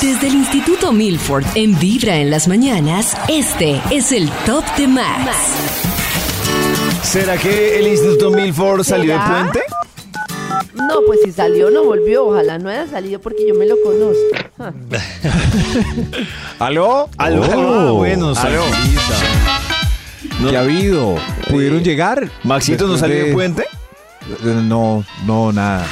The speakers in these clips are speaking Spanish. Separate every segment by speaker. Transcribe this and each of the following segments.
Speaker 1: Desde el Instituto Milford en Vibra en las mañanas, este es el Top de Max.
Speaker 2: ¿Será que el Instituto Milford salió de
Speaker 3: ¿Será?
Speaker 2: puente?
Speaker 3: No, pues si salió, no volvió. Ojalá no haya salido porque yo me lo conozco. Ah,
Speaker 2: ¿Aló? ¿Aló? Ah, bueno, salió.
Speaker 4: Oh. ¿Qué ha habido? ¿Pudieron llegar?
Speaker 2: ¿Maxito no
Speaker 4: Después Eh,
Speaker 2: salió de puente?
Speaker 4: No, no, nada.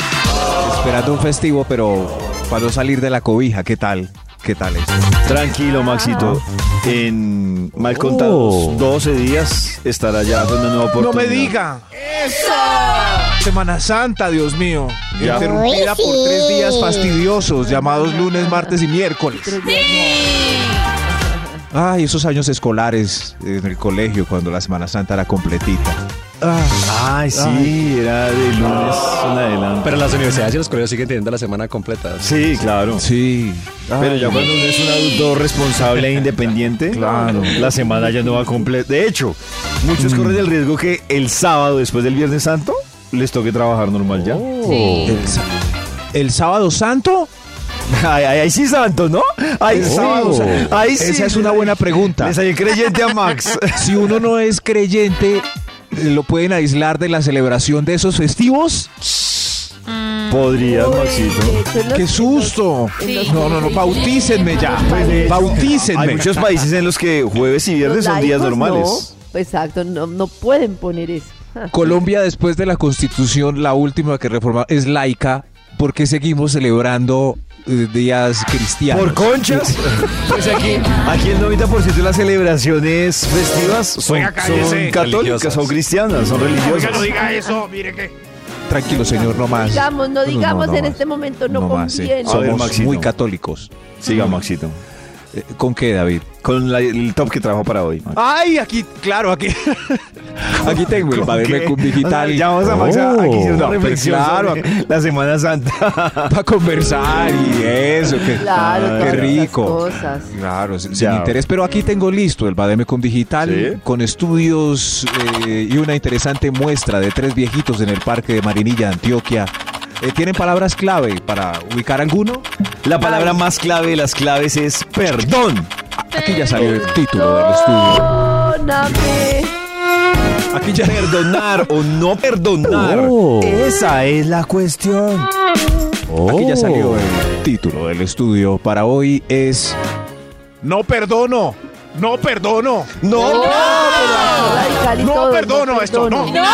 Speaker 4: Esperando un festivo, pero para no salir de la cobija, ¿qué tal? ¿Qué tal es?
Speaker 2: Tranquilo, Maxito. En mal
Speaker 4: Oh.
Speaker 2: contados 12 días estará ya con una
Speaker 5: No
Speaker 2: nueva oportunidad.
Speaker 5: me diga. ¡Eso! Semana Santa, Dios mío.
Speaker 2: Ya.
Speaker 5: Interrumpida por tres días fastidiosos, llamados lunes, martes y miércoles.
Speaker 4: Ay, esos años escolares en el colegio, cuando la Semana Santa era completita.
Speaker 2: Ay, sí, era de lunes en adelante.
Speaker 6: Pero las universidades y los colegios siguen teniendo la semana completa.
Speaker 2: sí, claro.
Speaker 4: Sí.
Speaker 2: Pero ya cuando uno es un adulto responsable e independiente,
Speaker 4: Claro. Mm.
Speaker 2: la semana ya no va completa. De hecho, muchos corren el riesgo que el sábado, después del Viernes Santo, les toque trabajar normal ya.
Speaker 4: Oh. El, sa- el sábado santo,
Speaker 2: Ay, ay, ay, sí, Santo, ¿no? Ay,
Speaker 4: El
Speaker 2: sí.
Speaker 4: sábado.
Speaker 2: Ay, sí.
Speaker 4: Oh. esa es una buena pregunta.
Speaker 2: Le salió creyente a Max.
Speaker 4: Si uno no es creyente, ¿lo pueden aislar de la celebración de esos festivos?
Speaker 2: Podría,
Speaker 3: de
Speaker 2: Maxito.
Speaker 3: hecho, en los-
Speaker 4: ¡Qué susto!
Speaker 3: en los-
Speaker 4: No, no, no, bautícenme ya.
Speaker 2: Hay
Speaker 4: Bautícenme.
Speaker 2: muchos países en los que jueves y
Speaker 3: los
Speaker 2: viernes son días
Speaker 3: laicos,
Speaker 2: normales.
Speaker 3: no. exacto, no, no pueden poner eso. Ah,
Speaker 4: Colombia, después de la constitución, la última que reforma es laica. ¿Por qué seguimos celebrando eh, días cristianos?
Speaker 2: ¿Por conchas? Pues aquí, aquí el 90% de las celebraciones festivas son,
Speaker 5: Oiga,
Speaker 2: son
Speaker 5: cállese.
Speaker 2: católicas, son cristianas, son
Speaker 5: Oiga, no
Speaker 2: religiosas.
Speaker 5: diga eso, mire que.
Speaker 4: Tranquilo, señor, no más.
Speaker 3: Digamos, no digamos en
Speaker 4: más.
Speaker 3: este momento, no
Speaker 4: más, eh.
Speaker 3: conviene.
Speaker 2: A ver,
Speaker 4: Somos
Speaker 2: Maxito.
Speaker 4: muy católicos.
Speaker 2: Siga, Maxito.
Speaker 4: Eh, ¿Con qué, David?
Speaker 2: Con la- el top que trajo para hoy.
Speaker 4: Ay, aquí, claro, aquí. aquí tengo el
Speaker 2: ¿Con qué?
Speaker 4: Bademecum digital.
Speaker 2: Ya vamos a Max a-
Speaker 4: Oh,
Speaker 2: aquí hicieron una
Speaker 4: pues
Speaker 2: reflexión
Speaker 4: Claro,
Speaker 2: sobre la Semana Santa.
Speaker 4: para conversar y eso. Que,
Speaker 3: Claro,
Speaker 4: Ah,
Speaker 3: todas
Speaker 4: qué
Speaker 3: estas
Speaker 4: rico.
Speaker 3: cosas.
Speaker 4: Claro, sin
Speaker 2: Ya.
Speaker 4: interés. Pero aquí tengo listo el Bademecum digital
Speaker 2: Sí.
Speaker 4: con estudios eh, y una interesante muestra de tres viejitos en el parque de Marinilla, Antioquia. Eh, ¿Tienen palabras clave para ubicar alguno?
Speaker 2: La palabra más clave de las claves es perdón.
Speaker 4: Aquí ya salió el título del estudio.
Speaker 3: Perdóname.
Speaker 4: Aquí ya.
Speaker 2: Perdonar o no perdonar. Esa es la cuestión.
Speaker 4: Aquí ya salió
Speaker 2: Oh.
Speaker 4: el título del estudio para hoy es
Speaker 5: No perdono. No perdono.
Speaker 2: No,
Speaker 3: Ah, Radical y
Speaker 5: No
Speaker 3: todo,
Speaker 5: perdono esto, no.
Speaker 3: perdono.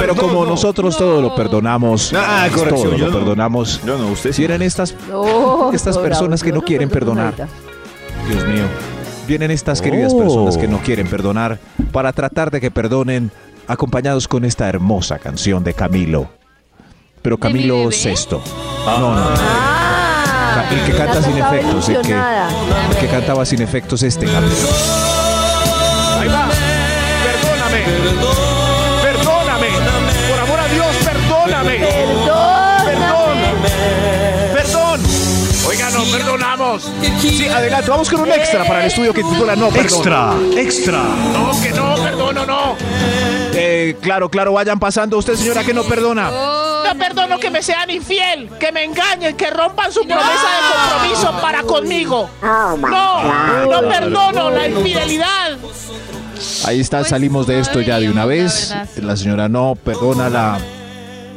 Speaker 4: pero como nosotros todos lo perdonamos,
Speaker 2: Ah, corrección,
Speaker 4: todos
Speaker 2: yo
Speaker 4: lo
Speaker 2: no.
Speaker 4: perdonamos.
Speaker 2: No, no, usted
Speaker 4: Si eran estas
Speaker 3: No,
Speaker 4: Estas
Speaker 3: Dora,
Speaker 4: personas que
Speaker 3: yo
Speaker 4: no quieren
Speaker 3: perdono
Speaker 4: perdonar.
Speaker 3: nada.
Speaker 4: Dios mío. Vienen estas queridas personas que
Speaker 2: Oh.
Speaker 4: no quieren perdonar para tratar de que perdonen, acompañados con esta hermosa canción de Camilo. Pero Camilo Sexto. No, no.
Speaker 3: Ah,
Speaker 4: El que canta
Speaker 3: la
Speaker 4: sin
Speaker 3: sabe
Speaker 4: efectos, el que,
Speaker 3: ilusionada.
Speaker 4: el que cantaba sin efectos este Camilo.
Speaker 5: Ahí va. Perdóname. Perdóname. Por amor a Dios, perdóname. Perdón. Perdón. Oiga, no perdonamos. Sí, adelante. Vamos con un extra para el estudio que titula No Perdón. Extra, extra. No, que no, perdono, no.
Speaker 4: Eh, claro, claro, vayan pasando. Usted, señora, que no perdona.
Speaker 7: No perdono que me sean infiel, que me engañen, que rompan su promesa de compromiso para conmigo. No, no perdono la infidelidad.
Speaker 4: Ahí está,
Speaker 8: Pues,
Speaker 4: salimos de esto ya de una
Speaker 8: la
Speaker 4: vez.
Speaker 8: verdad, sí.
Speaker 4: La señora no perdona la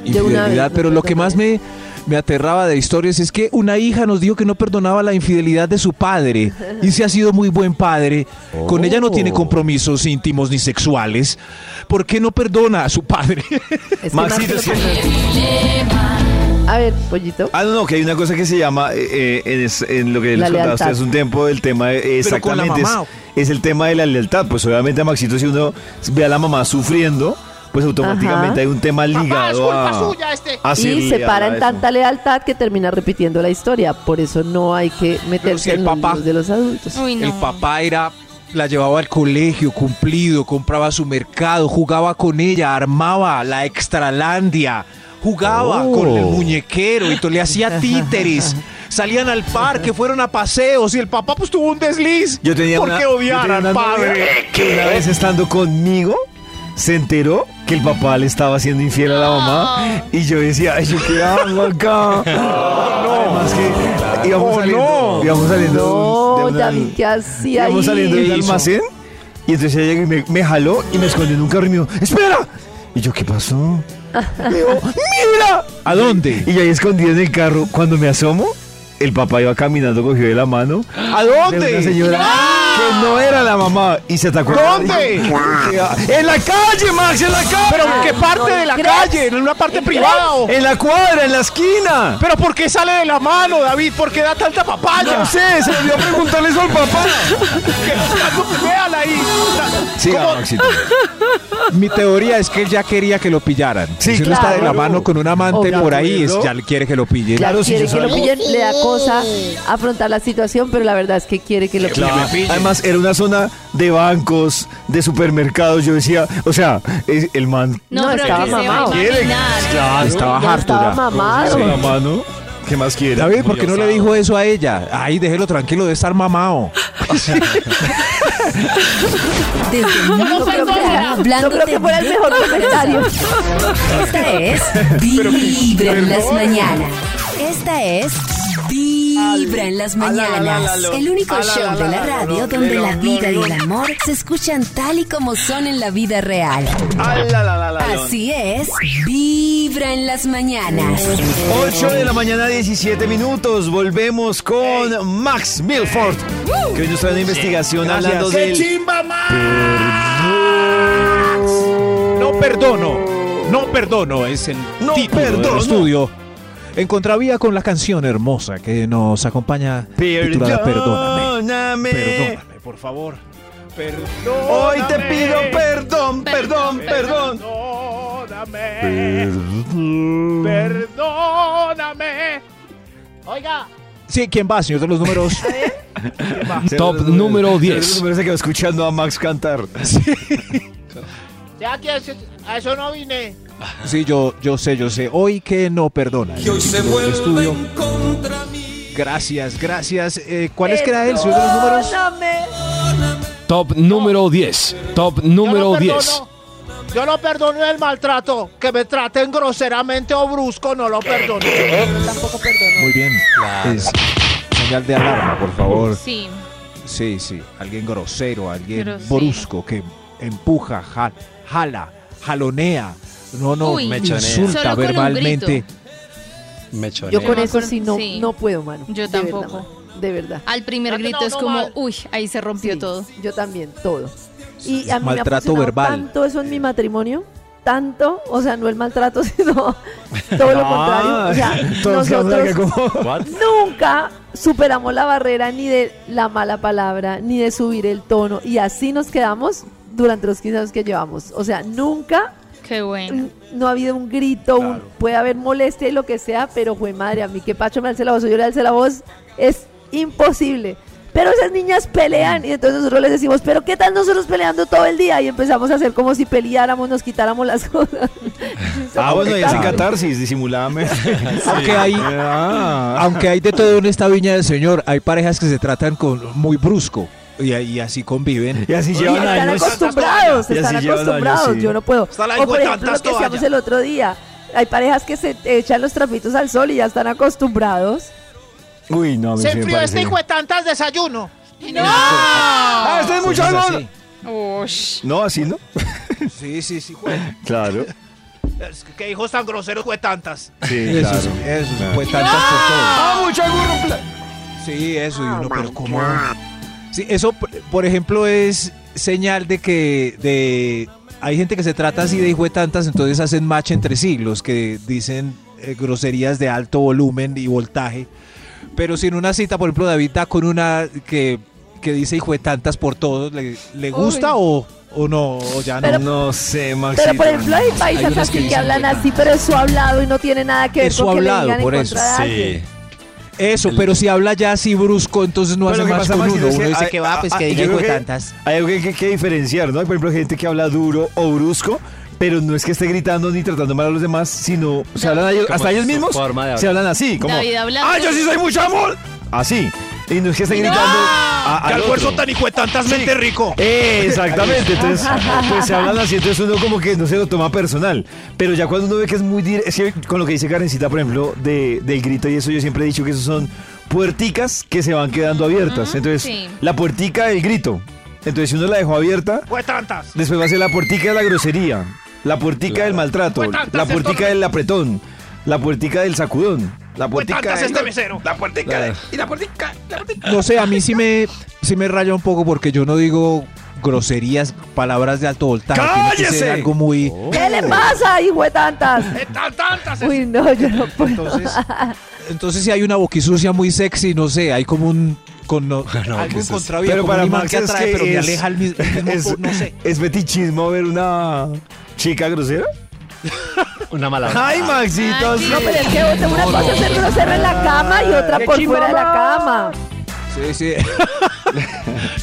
Speaker 3: De una
Speaker 4: infidelidad,
Speaker 3: vez,
Speaker 4: pero
Speaker 3: no
Speaker 4: lo que
Speaker 3: perdona.
Speaker 4: más me, me aterraba de historias es que una hija nos dijo que no perdonaba la infidelidad de su padre y se ha sido muy buen padre. Con ella no tiene
Speaker 3: Oh.
Speaker 4: compromisos íntimos ni sexuales. ¿Por qué no perdona a su padre?
Speaker 3: Es que
Speaker 2: Maxito,
Speaker 3: más
Speaker 2: sí.
Speaker 3: que- A ver, pollito.
Speaker 2: Ah, no, no, que hay una cosa que se llama, eh, eh, en, es- en lo que
Speaker 3: La
Speaker 2: les contaba a
Speaker 3: lealtad.
Speaker 2: ustedes un tiempo, el tema, de- eh,
Speaker 4: Pero con la
Speaker 2: exactamente, es,
Speaker 4: mamá.
Speaker 2: es el tema de la lealtad. Pues obviamente a Maxito, si uno ve a la mamá sufriendo, pues automáticamente
Speaker 3: Ajá.
Speaker 2: hay un tema
Speaker 7: Papá, es
Speaker 2: ligado
Speaker 7: culpa
Speaker 2: a-
Speaker 7: suya este.
Speaker 2: a ser
Speaker 3: y se
Speaker 2: leal
Speaker 3: para
Speaker 2: a
Speaker 3: en
Speaker 2: Ah, eso.
Speaker 3: tanta lealtad que termina repitiendo la historia. Por eso no hay que meterse
Speaker 4: si el
Speaker 3: en los
Speaker 4: papá-
Speaker 3: líos de los adultos.
Speaker 8: Uy, no.
Speaker 4: El papá era La llevaba al colegio, cumplido, compraba su mercado, jugaba con ella, armaba la extralandia, jugaba con el muñequero y to- le hacía títeres. Salían al parque, fueron a paseos y el papá pues tuvo un desliz.
Speaker 2: Yo tenía
Speaker 4: ¿Por
Speaker 2: una-
Speaker 4: qué
Speaker 2: yo
Speaker 4: odiar
Speaker 2: tenía
Speaker 4: al
Speaker 2: una novia
Speaker 4: padre?
Speaker 2: que Una vez estando conmigo, se enteró que el papá le estaba haciendo infiel a la mamá. Y yo decía, "Ay, ¿yo qué hago acá? Además que
Speaker 4: Oh,
Speaker 2: íbamos saliendo, íbamos saliendo de un-
Speaker 3: No,
Speaker 2: de un-
Speaker 3: David, ¿qué hacía ahí?
Speaker 2: íbamos saliendo del
Speaker 4: ¿Qué hizo?
Speaker 2: almacén. Y entonces ella llegó y me, me jaló y me escondió en un carro y me dijo, ¡espera! Y yo, ¿qué pasó? Me dijo, ¡mira!
Speaker 4: ¿A dónde?
Speaker 2: Y ahí escondido en el carro, cuando me asomo, el papá iba caminando, cogió de la mano
Speaker 4: ¿A
Speaker 2: de una
Speaker 4: dónde?
Speaker 2: señora que no era la mamá y se atacó.
Speaker 5: ¿Dónde?
Speaker 2: En la calle, Max, en la calle.
Speaker 8: Ah,
Speaker 5: ¿Pero en qué parte de la
Speaker 3: ¿crees?
Speaker 5: calle? ¿En una parte privada? o-
Speaker 2: En la cuadra, en la esquina.
Speaker 5: ¿Pero por qué sale de la mano, David? ¿Por qué da tanta papaya?
Speaker 2: No sé, se me olvidó preguntarle eso al papá.
Speaker 5: Véala ahí.
Speaker 2: Siga,
Speaker 4: ah,
Speaker 5: ¿Cómo?
Speaker 2: Maxito.
Speaker 4: Mi teoría es que él ya quería que lo pillaran.
Speaker 2: Sí,
Speaker 4: si uno está de la
Speaker 2: claro.
Speaker 4: mano con un amante
Speaker 2: Obvio.
Speaker 4: por ahí, es, ya quiere que lo pillen.
Speaker 3: Ya
Speaker 2: Claro, si
Speaker 3: quiere
Speaker 2: yo
Speaker 3: que lo
Speaker 2: salgo.
Speaker 3: pillen, le da cosa afrontar la situación, pero la verdad es que quiere que lo pillen.
Speaker 2: Además, era una zona de bancos, de supermercados. Yo decía, o sea, es- el man
Speaker 3: No, estaba mamado.
Speaker 2: quiere. Claro,
Speaker 4: Estaba
Speaker 3: Ya
Speaker 4: harto
Speaker 3: estaba
Speaker 4: ya.
Speaker 3: mamado.
Speaker 2: con la mano. ¿Qué más quiere?
Speaker 4: David, ¿por qué no le dijo eso a ella? Ay, déjelo tranquilo de estar mamado.
Speaker 1: Desde muy
Speaker 3: No creo que
Speaker 1: temprano
Speaker 3: fuera-
Speaker 1: hablando
Speaker 3: no creo que fuera el mejor comentario.
Speaker 1: Esta es Vibra en las mañanas. Esta es Vibra en las mañanas. El único show de la radio donde la vida y el amor se escuchan tal y como son en la vida real.
Speaker 2: Ah,
Speaker 1: Así es Vibra en las mañanas.
Speaker 2: 8 de la mañana, 17 minutos. Volvemos con Max Milford, que hoy nos trae una investigación hablando
Speaker 5: ¡Qué
Speaker 2: del
Speaker 5: chimba,
Speaker 4: No perdono, no perdono, es el
Speaker 2: No
Speaker 4: título
Speaker 2: perdono.
Speaker 4: del estudio. En contravía con la canción hermosa que nos acompaña titulada Perdóname. Perdóname, por favor.
Speaker 2: Hoy te pido perdón, perdón, perdón.
Speaker 5: Perdóname. Perdóname.
Speaker 7: Oiga,
Speaker 4: Sí, ¿quién va, señor de los números?
Speaker 2: Ah.
Speaker 6: Top número 10.
Speaker 2: Número se quedó escuchando a Max cantar.
Speaker 7: ya que a eso- a eso no vine.
Speaker 4: Sí, yo, yo sé, yo sé. Hoy que no perdona. el título del estudio. Gracias, gracias. Eh, ¿Cuál es que era el señor de los números?
Speaker 3: Perdóname.
Speaker 6: Top número 10. Top número
Speaker 7: yo no
Speaker 6: 10.
Speaker 7: perdono- Yo no perdono el maltrato, que me traten groseramente o brusco, no lo perdono.
Speaker 3: Tampoco perdono.
Speaker 4: Muy bien. Es señal de alarma, por favor.
Speaker 9: Sí.
Speaker 4: Sí, sí. Alguien grosero, alguien
Speaker 9: Grosero.
Speaker 4: brusco que empuja, ja- jala, jalonea. No, no,
Speaker 9: Uy.
Speaker 4: me
Speaker 6: Mechonea.
Speaker 9: Solo
Speaker 4: insulta
Speaker 9: con un
Speaker 4: verbalmente.
Speaker 6: Mechoneo.
Speaker 3: Yo con eso
Speaker 9: Con-
Speaker 3: sí no,
Speaker 9: sí.
Speaker 3: no puedo, mano.
Speaker 9: Yo
Speaker 3: De verdad,
Speaker 9: tampoco.
Speaker 3: mano, de verdad.
Speaker 9: Al primer
Speaker 7: No, no,
Speaker 9: grito es
Speaker 7: no
Speaker 9: como,
Speaker 7: mal.
Speaker 9: uy, ahí se rompió
Speaker 3: Sí,
Speaker 9: todo.
Speaker 3: Yo también, todo. Y a mí
Speaker 4: Maltrato
Speaker 3: me ha
Speaker 4: verbal.
Speaker 3: verbal. tanto eso en mi matrimonio, tanto, o sea, no el maltrato, sino todo lo contrario. O sea,
Speaker 2: Todos quedamos acá
Speaker 3: nosotros
Speaker 2: como-
Speaker 3: nunca superamos la barrera ni de la mala palabra, ni de subir el tono, y así nos quedamos durante los 15 años que llevamos. O sea, nunca
Speaker 9: Qué bueno.
Speaker 3: no ha habido un grito, un- puede haber molestia y lo que sea, pero fue madre, a mí que Pacho me alce la voz o yo le alce la voz, es imposible. Pero esas niñas pelean y entonces nosotros les decimos, pero ¿qué tal nosotros peleando todo el día? Y empezamos a hacer como si peleáramos, nos quitáramos las cosas.
Speaker 2: Ah, bueno, ya
Speaker 3: Somos
Speaker 2: hacen
Speaker 3: tan-
Speaker 2: catarsis, disimulame.
Speaker 4: Aunque hay,
Speaker 2: Ah.
Speaker 4: aunque hay de todo en esta viña del señor, hay parejas que se tratan con muy brusco y, y así conviven.
Speaker 2: Y así
Speaker 3: Y
Speaker 2: llevan
Speaker 3: están
Speaker 2: años.
Speaker 3: acostumbrados,
Speaker 2: Y
Speaker 3: están
Speaker 2: así llevan años,
Speaker 3: acostumbrados,
Speaker 2: sí.
Speaker 3: yo no puedo.
Speaker 4: Está la
Speaker 3: o por
Speaker 4: hijueputa,
Speaker 3: ejemplo lo
Speaker 4: estás
Speaker 3: que decíamos
Speaker 4: toalla.
Speaker 3: el otro día, hay parejas que se echan los trapitos al sol y ya están acostumbrados.
Speaker 2: Uy, no, a mí
Speaker 7: Se
Speaker 2: sí me
Speaker 7: enfrió
Speaker 2: parece.
Speaker 7: este hijo de tantas desayuno.
Speaker 2: Ah, este es mucho
Speaker 4: Cosas
Speaker 2: algodón.
Speaker 4: así.
Speaker 9: Ush.
Speaker 2: No, así no.
Speaker 4: Sí, sí, sí, juega.
Speaker 2: Claro.
Speaker 7: Es que- Qué hijos tan groseros fue tantas.
Speaker 2: Sí,
Speaker 4: Eso,
Speaker 2: claro.
Speaker 4: sí, eso, sí, fue tantas por todo.
Speaker 2: Ah, mucho algodón.
Speaker 4: Sí, eso,
Speaker 2: Ah,
Speaker 4: y uno, pero ¿cómo? Sí, eso, p- por ejemplo, es señal de que de, hay gente que se trata así de hijo de tantas, entonces hacen match entre sí, los que dicen eh, groserías de alto volumen y voltaje. Pero si en una cita, por ejemplo, David da con una que, que dice hijo de tantas por todos, ¿le, le gusta o, o no? O ya no.
Speaker 3: Pero-
Speaker 2: No sé, Max.
Speaker 3: Pero por ejemplo hay paisas
Speaker 4: unos que
Speaker 3: así que
Speaker 4: dicen
Speaker 3: hablan
Speaker 4: hueca.
Speaker 3: así, pero es su hablado y no tiene nada que ver
Speaker 4: Es su
Speaker 3: con que le
Speaker 4: hablado,
Speaker 3: digan en
Speaker 4: por
Speaker 3: contra
Speaker 4: eso.
Speaker 3: de alguien.
Speaker 4: Eso, pero si habla ya así brusco, entonces no
Speaker 2: Pues lo
Speaker 4: hace
Speaker 2: que
Speaker 4: más
Speaker 2: pasa,
Speaker 4: con
Speaker 2: Maxi,
Speaker 4: uno.
Speaker 2: es
Speaker 4: Uno dice
Speaker 2: hay-
Speaker 4: que va, pues
Speaker 2: ah,
Speaker 4: que
Speaker 2: ah,
Speaker 4: diga
Speaker 2: yo creo
Speaker 4: de
Speaker 2: que
Speaker 4: tantas.
Speaker 2: Hay algo que hay que diferenciar, ¿no? Hay, por ejemplo, gente que habla duro o brusco, pero no es que esté gritando ni tratando mal a los demás, sino se hablan a ellos- hasta ellos
Speaker 8: su
Speaker 2: mismos,
Speaker 8: forma de hablar.
Speaker 2: se hablan así, como,
Speaker 9: David hablando.
Speaker 4: Ah,
Speaker 2: ¡ay, yo sí soy mucho amor! Así. Ah, Y no es que esté gritando a, al
Speaker 5: ¡Qué almuerzo
Speaker 2: otro.
Speaker 5: tan hijo de tantas mente rico!
Speaker 2: Eh, Exactamente, entonces pues se hablan así, entonces uno como que no se lo toma personal, pero ya cuando uno ve que es muy directo, con lo que dice Karencita, por ejemplo, de, del grito y eso, yo siempre he dicho que esos son puerticas que se van quedando abiertas,
Speaker 9: Ujú,
Speaker 2: entonces
Speaker 9: sí.
Speaker 2: la puertica del grito, entonces si uno la dejó abierta,
Speaker 5: ¡Hijo de tantas!
Speaker 2: después va a ser la puertica de la grosería, la puertica del maltrato,
Speaker 5: Pues tantas
Speaker 2: la puertica
Speaker 5: estornudos.
Speaker 2: del apretón, la puertica del sacudón, la
Speaker 5: ¡Hijo de
Speaker 2: puertica
Speaker 5: tantas
Speaker 2: del...
Speaker 5: este mesero! ¡La puertica!
Speaker 2: Claro.
Speaker 5: de- ¡Y la puertica! ¡La puertica!
Speaker 7: Eh,
Speaker 4: No sé, a mí sí me, sí me raya un poco porque yo no digo groserías, palabras de alto voltaje. Tiene que ser
Speaker 2: ¡Cállese!
Speaker 4: algo muy...
Speaker 3: ¿Qué le pasa, hijo de tantas?
Speaker 5: ¡Eh, tan- tantas! este-
Speaker 3: Uy, no, yo no puedo.
Speaker 4: Entonces, entonces si hay una boquisucia muy sexy, no sé, hay como un... Con, no, algún contravío,
Speaker 2: Pero
Speaker 4: como
Speaker 2: para
Speaker 4: un imán
Speaker 2: Max
Speaker 4: que
Speaker 2: es
Speaker 4: atrae,
Speaker 2: que
Speaker 4: pero me
Speaker 2: es-
Speaker 4: aleja al mismo, al mismo
Speaker 2: es,
Speaker 4: po- no sé.
Speaker 2: ¿Es fetichismo ver una chica grosera?
Speaker 8: Una mala hora.
Speaker 2: ¡Ay, Maxito!
Speaker 9: Ay,
Speaker 2: sí.
Speaker 3: No, pero es que otra- una cosa es ser grosero en la cama y otra por fuera de la cama.
Speaker 4: Sí, sí.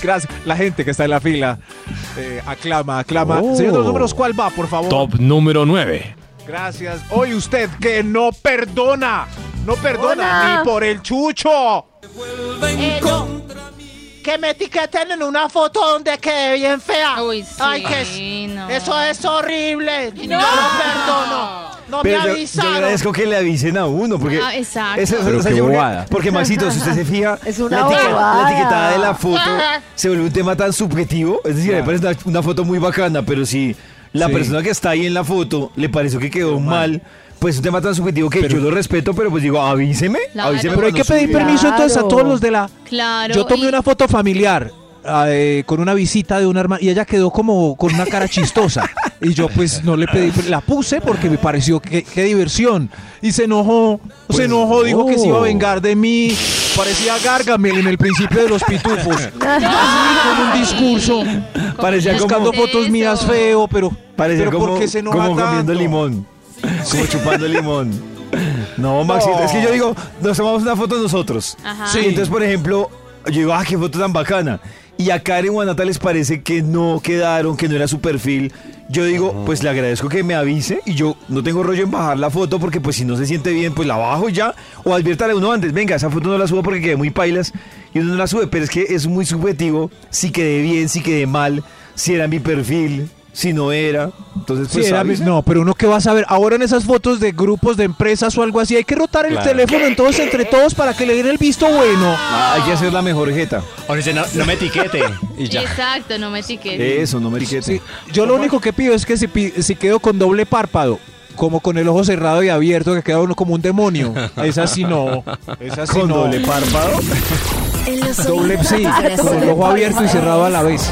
Speaker 4: Gracias. La gente que está en la fila eh, aclama, aclama. Señor de los números, ¿cuál va, por favor?
Speaker 6: Top número 9.
Speaker 4: Gracias. Hoy usted que no perdona, no perdona
Speaker 3: Hola.
Speaker 4: ni por el chucho.
Speaker 7: Eh, no. Que me etiqueten en una foto donde quedé bien fea.
Speaker 9: Uy, sí,
Speaker 7: Ay, que es-
Speaker 9: no.
Speaker 7: eso es horrible. No, lo perdono. No
Speaker 2: Pero
Speaker 7: Ah, me
Speaker 2: yo- yo,
Speaker 7: avisaron.
Speaker 2: agradezco que le avisen a uno, porque...
Speaker 9: Ah, exacto.
Speaker 2: Ese-
Speaker 4: Pero qué
Speaker 2: yo porque-
Speaker 4: bobada.
Speaker 2: Porque, Maxito, si usted se fija,
Speaker 3: Es una
Speaker 2: la, etiqueta- la
Speaker 3: bobada.
Speaker 2: etiquetada de la foto se vuelve un tema tan subjetivo. Es decir, me parece una, una foto muy bacana, pero si la
Speaker 4: Sí.
Speaker 2: persona que está ahí en la foto le pareció que quedó mal, pues es un tema tan subjetivo que
Speaker 4: Pero-
Speaker 2: yo lo respeto, pero pues digo, avíseme,
Speaker 9: Claro.
Speaker 2: avíseme
Speaker 4: Pero hay
Speaker 2: cuando
Speaker 4: que pedir
Speaker 2: sube.
Speaker 4: permiso entonces a
Speaker 3: Claro.
Speaker 4: todos los de la.
Speaker 9: Claro.
Speaker 4: Yo tomé
Speaker 9: y-
Speaker 4: una foto familiar eh, con una visita de una hermana y ella quedó como con una cara chistosa. Y yo pues no le pedí, la puse porque me pareció que qué diversión. Y se enojó, se enojó, dijo que se iba a vengar de mí. Parecía Gargamel en el principio de los pitufos. Así, con un discurso.
Speaker 2: Parecía como-
Speaker 4: Buscando fotos
Speaker 9: Eso.
Speaker 4: mías feo, pero,
Speaker 2: Parecía
Speaker 4: pero
Speaker 2: como,
Speaker 4: ¿por qué se enoja
Speaker 2: como comiendo
Speaker 4: tanto?
Speaker 2: limón. Como chupando limón. No, Maxito, es que yo digo, nos tomamos una foto nosotros.
Speaker 9: Ajá.
Speaker 4: Sí.
Speaker 2: Y entonces, por ejemplo, yo digo, ah, qué foto tan bacana. Y a Karen o a Nata les parece que no quedaron, que no era su perfil. Yo
Speaker 8: Ah.
Speaker 2: digo, pues le agradezco que me avise y yo no tengo rollo en bajar la foto porque pues si no se siente bien, pues la bajo y ya. O adviértale a uno antes, venga, esa foto no la subo porque quedé muy pailas y uno no la sube, pero es que es muy subjetivo si quedé bien, si quedé mal, si era mi perfil, si no era. Entonces,
Speaker 4: Sí,
Speaker 2: pues
Speaker 4: era mi-
Speaker 2: avisa.
Speaker 4: no, pero uno que va a saber. Ahora en esas fotos de grupos de empresas o algo así, hay que rotar el teléfono entonces entre todos para que le den el visto bueno.
Speaker 2: Ah, hay que hacer la mejor jeta.
Speaker 8: Ahora dice, no, no me etiquete. Y ya.
Speaker 9: Exacto, no me
Speaker 4: Eh.
Speaker 9: etiquetes.
Speaker 2: Eso, no me etiquete.
Speaker 4: Sí, yo lo único que pido es que si, pi- si quedo con doble párpado, como con el ojo cerrado y abierto, que queda uno como un demonio. Esa sí no. Esa sí
Speaker 2: Con
Speaker 4: no.
Speaker 2: doble párpado.
Speaker 1: En los
Speaker 4: Doble sí, con el ojo abierto y cerrado a la vez.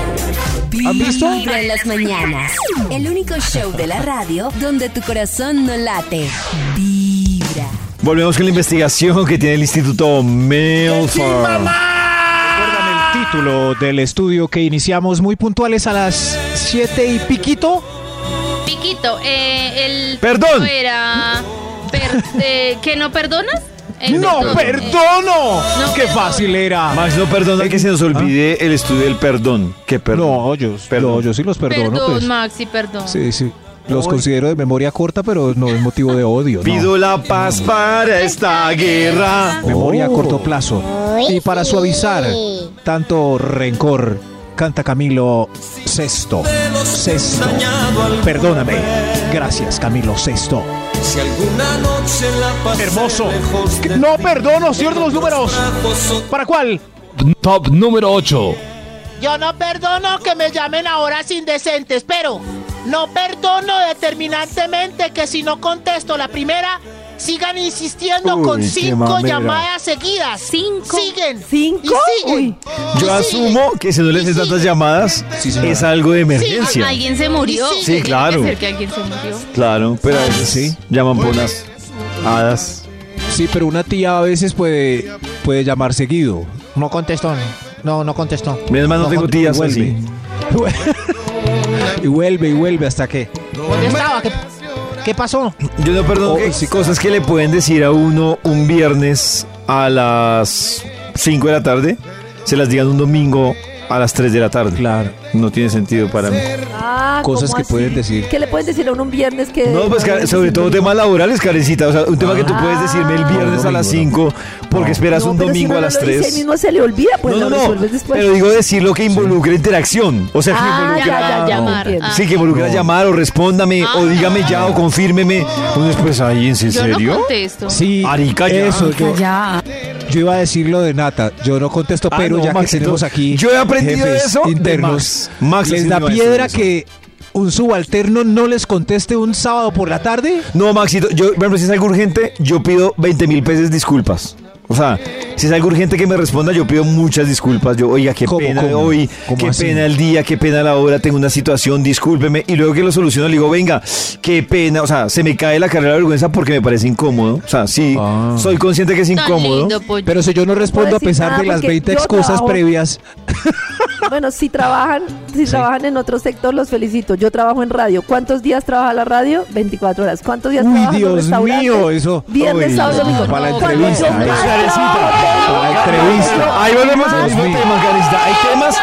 Speaker 4: ¿Han visto?
Speaker 1: Vibra en las mañanas. El único show de la radio donde tu corazón no late. Vibra.
Speaker 2: Volvemos con la investigación que tiene el Instituto Milford.
Speaker 4: Recuerdan el título del estudio que iniciamos muy puntuales a las 7 y piquito.
Speaker 9: Piquito, eh, el.
Speaker 2: Perdón.
Speaker 9: Era. per- eh, ¿Que no perdonas? Eh,
Speaker 4: ¡No
Speaker 9: perdón.
Speaker 4: perdono!
Speaker 9: No
Speaker 4: ¡Qué
Speaker 9: perdono.
Speaker 4: fácil era!
Speaker 2: Max, no perdona que se nos olvide el estudio del perdón. ¿Qué perdón?
Speaker 4: ¿Ah? No, yo,
Speaker 2: Perdón.
Speaker 4: no, yo sí los perdono.
Speaker 9: Perdón,
Speaker 4: pues.
Speaker 9: Maxi, perdón.
Speaker 4: Sí, sí. Los considero de memoria corta, pero no es motivo de odio. no.
Speaker 2: Pido la paz para esta guerra.
Speaker 4: Memoria a corto plazo. Y para suavizar tanto rencor, canta Camilo Sexto. Sexto. Perdóname. Gracias, Camilo Sexto. Hermoso. No perdono, señor de los números. ¿Para cuál?
Speaker 6: Top número 8.
Speaker 7: Yo no perdono que me llamen a horas indecentes, pero no perdono determinantemente que si no contesto la primera, sigan insistiendo
Speaker 2: Uy,
Speaker 7: con
Speaker 2: qué
Speaker 7: cinco
Speaker 2: mamera.
Speaker 7: llamadas seguidas.
Speaker 9: Cinco.
Speaker 7: Siguen.
Speaker 3: ¿Cinco?
Speaker 7: Y siguen.
Speaker 3: Uy.
Speaker 2: Yo
Speaker 7: Y siguen.
Speaker 2: asumo que si no les
Speaker 7: Y
Speaker 2: haces tantas
Speaker 7: siguen.
Speaker 2: llamadas, es algo de emergencia.
Speaker 9: Alguien se murió.
Speaker 7: Sí,
Speaker 9: Tiene que
Speaker 2: claro.
Speaker 9: ser que alguien se murió.
Speaker 2: Claro, pero a veces sí. Llaman por unas hadas.
Speaker 4: Sí, pero una tía a veces puede, puede llamar seguido.
Speaker 10: No contestó. No, no contestó.
Speaker 2: Menos mal no tengo
Speaker 4: cont-
Speaker 2: tías
Speaker 4: y
Speaker 2: así.
Speaker 4: y vuelve y vuelve hasta que.
Speaker 10: ¿Dónde estaba? ¿Qué, qué pasó?
Speaker 2: Yo no perdono
Speaker 4: Oh,
Speaker 2: que-
Speaker 4: sí.
Speaker 2: cosas que le pueden decir a uno un viernes a las 5 de la tarde, se las digan un domingo a las 3 de la tarde. Claro. No tiene sentido para mí.
Speaker 3: Ah,
Speaker 4: Cosas
Speaker 3: ¿cómo
Speaker 4: que
Speaker 3: así?
Speaker 4: pueden decir.
Speaker 3: ¿Qué le pueden decir a uno un viernes que.?
Speaker 2: No, pues Karen, sobre todo temas laborales, Karencita. O sea, un tema que tú puedes decirme el viernes a las 5 porque esperas
Speaker 3: Ah. No,
Speaker 2: un
Speaker 3: pero si
Speaker 2: domingo
Speaker 3: uno
Speaker 2: a
Speaker 3: no
Speaker 2: las
Speaker 3: lo dice ahí
Speaker 2: 3.
Speaker 3: mismo se le olvida, pues
Speaker 2: no,
Speaker 3: lo
Speaker 2: no, no.
Speaker 3: resuelves después.
Speaker 2: Pero digo decir lo que involucra interacción. O sea, que
Speaker 3: Ah,
Speaker 2: involucra.
Speaker 3: ya, Ah. ya, llamar.
Speaker 9: Ah.
Speaker 2: Sí, que involucra llamar o respóndame o dígame ya o confírmeme. Entonces, pues ahí, ¿en
Speaker 9: Yo
Speaker 2: serio?
Speaker 9: no contesto.
Speaker 4: Sí,
Speaker 2: Arica ya.
Speaker 4: eso. Yo,
Speaker 1: Ya.
Speaker 4: yo iba a decir lo de Nata. Yo no contesto,
Speaker 2: Ah,
Speaker 4: pero
Speaker 2: no,
Speaker 4: ya que
Speaker 2: Maxito.
Speaker 4: tenemos aquí.
Speaker 2: Yo he aprendido
Speaker 4: jefes
Speaker 2: eso de
Speaker 4: internos.
Speaker 2: Max. Max
Speaker 4: les
Speaker 2: sí
Speaker 4: da
Speaker 2: me va a
Speaker 4: piedra
Speaker 2: decir
Speaker 4: que un subalterno no les conteste un sábado por la tarde.
Speaker 2: No, Maxito, yo, por ejemplo, si es algo urgente, yo pido 20 mil veces disculpas. O sea, si es algo urgente que me responda, yo pido muchas disculpas. Yo, oiga, qué
Speaker 4: ¿Cómo,
Speaker 2: pena
Speaker 4: cómo?
Speaker 2: hoy,
Speaker 4: ¿Cómo
Speaker 2: qué
Speaker 4: así?
Speaker 2: pena el día, qué pena la hora, tengo una situación, discúlpeme. Y luego que lo soluciono, le digo, venga, qué pena. O sea, se me cae la carrera de vergüenza porque me parece incómodo. O sea, sí,
Speaker 4: Ah.
Speaker 2: soy consciente que es
Speaker 9: Tan
Speaker 2: incómodo.
Speaker 9: lindo, pollo.
Speaker 4: Pero si yo no respondo a
Speaker 3: decir
Speaker 4: pesar
Speaker 3: nada
Speaker 4: de las
Speaker 3: porque
Speaker 4: 20
Speaker 3: yo
Speaker 4: excusas
Speaker 3: trabajo.
Speaker 4: previas.
Speaker 3: Bueno, si trabajan, si trabajan en otro sector, los felicito. Yo trabajo en radio. ¿Cuántos días trabaja la radio? 24 horas. ¿Cuántos días
Speaker 4: Uy,
Speaker 3: trabaja
Speaker 4: Dios mío, eso.
Speaker 3: Viernes,
Speaker 2: Uy,
Speaker 3: sábado,
Speaker 2: no,
Speaker 3: domingo.
Speaker 4: para la
Speaker 3: Cuando
Speaker 4: entrevista,
Speaker 3: yo
Speaker 4: eso.
Speaker 3: más
Speaker 2: Karencita,
Speaker 3: trabajo,
Speaker 4: para la entrevista.
Speaker 2: Ahí volvemos al mismo
Speaker 4: Dios mío.
Speaker 2: tema, Karencita. Hay temas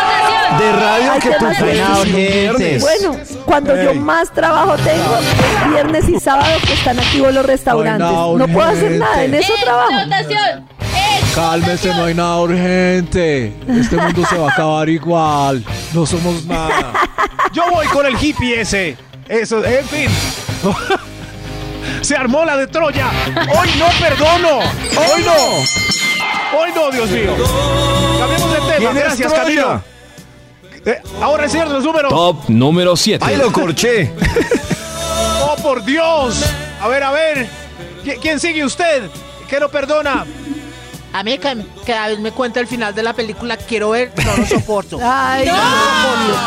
Speaker 2: de radio
Speaker 3: Hay
Speaker 2: que tú
Speaker 3: temas de
Speaker 2: puedes
Speaker 3: radio.
Speaker 2: decir los viernes.
Speaker 3: Bueno, cuando yo más trabajo tengo, es viernes y sábado que están activos los restaurantes.
Speaker 4: Bueno,
Speaker 3: no puedo hacer
Speaker 4: gente.
Speaker 3: nada, en eso trabajo.
Speaker 9: Explotación.
Speaker 4: Cálmese, no hay nada urgente. Este mundo se va a acabar igual. No somos nada.
Speaker 5: Yo voy con el hippie ese. Eso, en fin. Se armó la de Troya. Hoy no perdono. Hoy no. Hoy no, Dios mío. Cambiemos de tema.
Speaker 2: ¿Quién es
Speaker 5: Gracias,
Speaker 2: Troya?
Speaker 5: Camilo. Eh, ahora el señor de los números.
Speaker 6: Top número 7.
Speaker 2: Ahí lo corché.
Speaker 5: Oh, por Dios. A ver, a ver. ¿Qui- ¿Quién sigue usted? ¿Qué no perdona?
Speaker 7: A mí que, que David me cuente el final de la película, quiero ver, no lo soporto.
Speaker 3: Ay, no,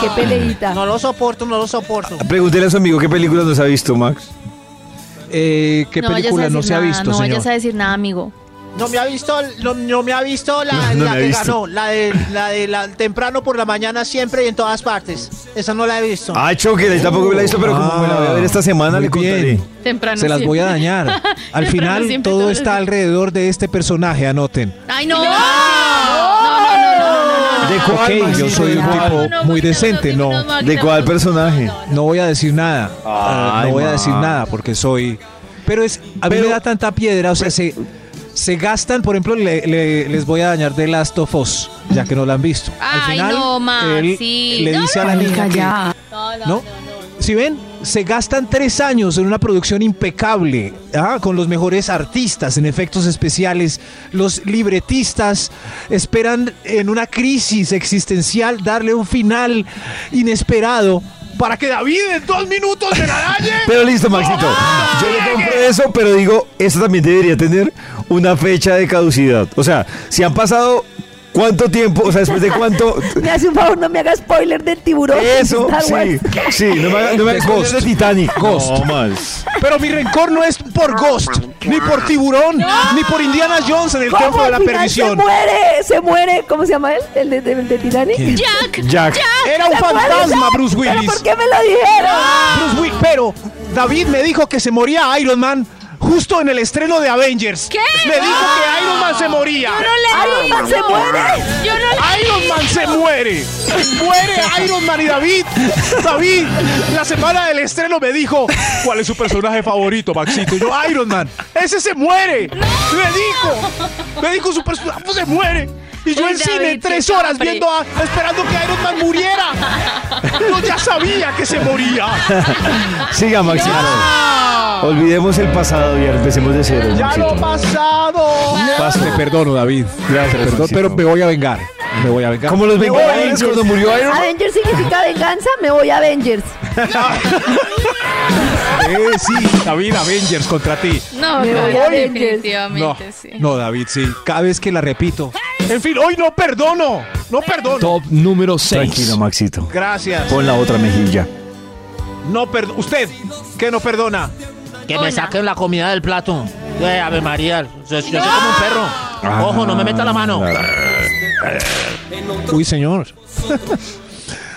Speaker 3: qué peleita.
Speaker 7: No lo soporto, no lo soporto.
Speaker 2: Pregúntele a su amigo qué películas nos ha visto, Max.
Speaker 4: Eh, ¿Qué
Speaker 9: No vayas a
Speaker 4: película no
Speaker 9: decir
Speaker 4: se ha
Speaker 9: nada,
Speaker 4: visto,
Speaker 9: No
Speaker 4: señor?
Speaker 9: vayas a decir nada, amigo.
Speaker 7: No me ha visto, no, no me ha visto la,
Speaker 2: No
Speaker 7: la
Speaker 2: me ha
Speaker 7: que
Speaker 2: visto.
Speaker 7: ganó, la de, la de la temprano por la mañana siempre y en todas partes. Esa no la he visto.
Speaker 2: Ah, choque, ahí tampoco me la he visto, pero Ah, como me la voy a ver esta semana,
Speaker 4: Muy
Speaker 2: le contaré.
Speaker 4: bien.
Speaker 9: Temprano.
Speaker 4: Se las voy a
Speaker 9: siempre.
Speaker 4: dañar. Al
Speaker 9: Temprano
Speaker 4: final
Speaker 9: siempre,
Speaker 4: todo
Speaker 9: todo
Speaker 4: está
Speaker 9: el-
Speaker 4: alrededor de este personaje, anoten.
Speaker 9: Ay, no. No, no, no, no, no, no, no.
Speaker 2: Ah, ¿De cuál?
Speaker 4: Ok, yo
Speaker 2: Maxito?
Speaker 4: soy
Speaker 2: ¿De
Speaker 4: un
Speaker 2: cuál?
Speaker 4: tipo muy decente, no.
Speaker 2: ¿De cuál personaje?
Speaker 4: No voy a decir nada. Ah,
Speaker 2: Ay,
Speaker 4: no voy a decir
Speaker 2: Max.
Speaker 4: nada porque soy. Pero es. A mí
Speaker 2: Pero-
Speaker 4: me da tanta piedra. O sea, se, se gastan. Por ejemplo, le- le- les voy a dañar de Last of Us, ya que no la han visto. Al
Speaker 9: Ay,
Speaker 4: final,
Speaker 9: no, Max,
Speaker 4: él
Speaker 9: sí.
Speaker 4: le
Speaker 9: No,
Speaker 4: dice a la niña.
Speaker 1: Marica,
Speaker 4: que-
Speaker 1: ya.
Speaker 4: ¿No? Si ven, se gastan tres años en una producción impecable, ¿ah? con los mejores artistas en efectos especiales. Los libretistas esperan en una crisis existencial darle un final inesperado.
Speaker 5: Para que David en dos minutos me la dañe.
Speaker 2: Pero listo, Maxito. Yo le compro eso, pero digo, esto también debería tener una fecha de caducidad. O sea, si han pasado cuánto tiempo, o sea, después de cuánto.
Speaker 3: Me hace un favor, no me haga spoiler del tiburón.
Speaker 2: Eso,
Speaker 3: Star
Speaker 2: sí.
Speaker 3: Wars.
Speaker 2: Sí, no me hagas no me hagas
Speaker 4: Ghost.
Speaker 2: de Titanic.
Speaker 4: Ghost.
Speaker 2: No, Max.
Speaker 4: Pero mi rencor no es por Ghost, ni por Tiburón, ni por Indiana Jones en el
Speaker 3: ¿Cómo Pues,
Speaker 4: campo de
Speaker 3: al
Speaker 4: la
Speaker 3: final Se
Speaker 4: perdición.
Speaker 3: muere, se muere. ¿Cómo se llama él? El de, de- de Titanic.
Speaker 9: Jack.
Speaker 2: Jack.
Speaker 4: Era un
Speaker 3: ¡Se muere
Speaker 4: fantasma
Speaker 3: Jack!
Speaker 4: Bruce
Speaker 3: ¿Pero
Speaker 4: Willis. Ah,
Speaker 3: por qué me lo dijeron?
Speaker 4: Bruce Willis, pero David me dijo que se moría Iron Man justo en el estreno de Avengers.
Speaker 9: ¿Qué?
Speaker 5: Me dijo que Iron Man se moría.
Speaker 9: Yo no le
Speaker 3: Iron Man se muere.
Speaker 9: Yo no le
Speaker 5: Iron Man se muere. Muere Iron Man y David. David, la semana del estreno me dijo, ¿cuál es su personaje favorito, Maxito? Y yo, Iron Man. Ese se muere. Me dijo. Me dijo su personaje se muere. Y yo
Speaker 9: Uy,
Speaker 5: en cine
Speaker 9: David,
Speaker 5: tres
Speaker 9: qué
Speaker 5: horas
Speaker 9: hombre.
Speaker 5: viendo a, esperando que Iron Man muriera. Yo ya sabía que se moría.
Speaker 2: Siga, Maxito. Olvidemos el pasado y ahora empecemos de cero.
Speaker 5: Ya lo
Speaker 2: Maxito.
Speaker 5: pasado.
Speaker 4: Paz, te perdono, David. Te
Speaker 2: Gracias,
Speaker 4: perdono,
Speaker 2: Maxito.
Speaker 4: pero me voy a vengar. Me voy a vengar.
Speaker 2: Como los Vengadores cuando murió Iron Man.
Speaker 3: Avengers significa venganza, me voy a Avengers.
Speaker 4: Eh, sí, David Avengers contra ti.
Speaker 9: No,
Speaker 3: Me voy
Speaker 9: no,
Speaker 3: a Avengers.
Speaker 4: No,
Speaker 9: definitivamente, sí.
Speaker 4: no, David, sí. Cada vez que la repito.
Speaker 5: En fin, hoy no perdono. No perdono.
Speaker 6: Top número 6.
Speaker 2: Tranquilo, Maxito.
Speaker 5: Gracias.
Speaker 2: Pon la otra mejilla.
Speaker 5: No perdo- Usted, que no perdona.
Speaker 7: que me
Speaker 9: Hola.
Speaker 7: saquen la comida del plato. Eh, Ave María, yo, yo soy como un perro.
Speaker 2: Ah,
Speaker 7: Ojo, no me meta la mano.
Speaker 4: Uy, señor.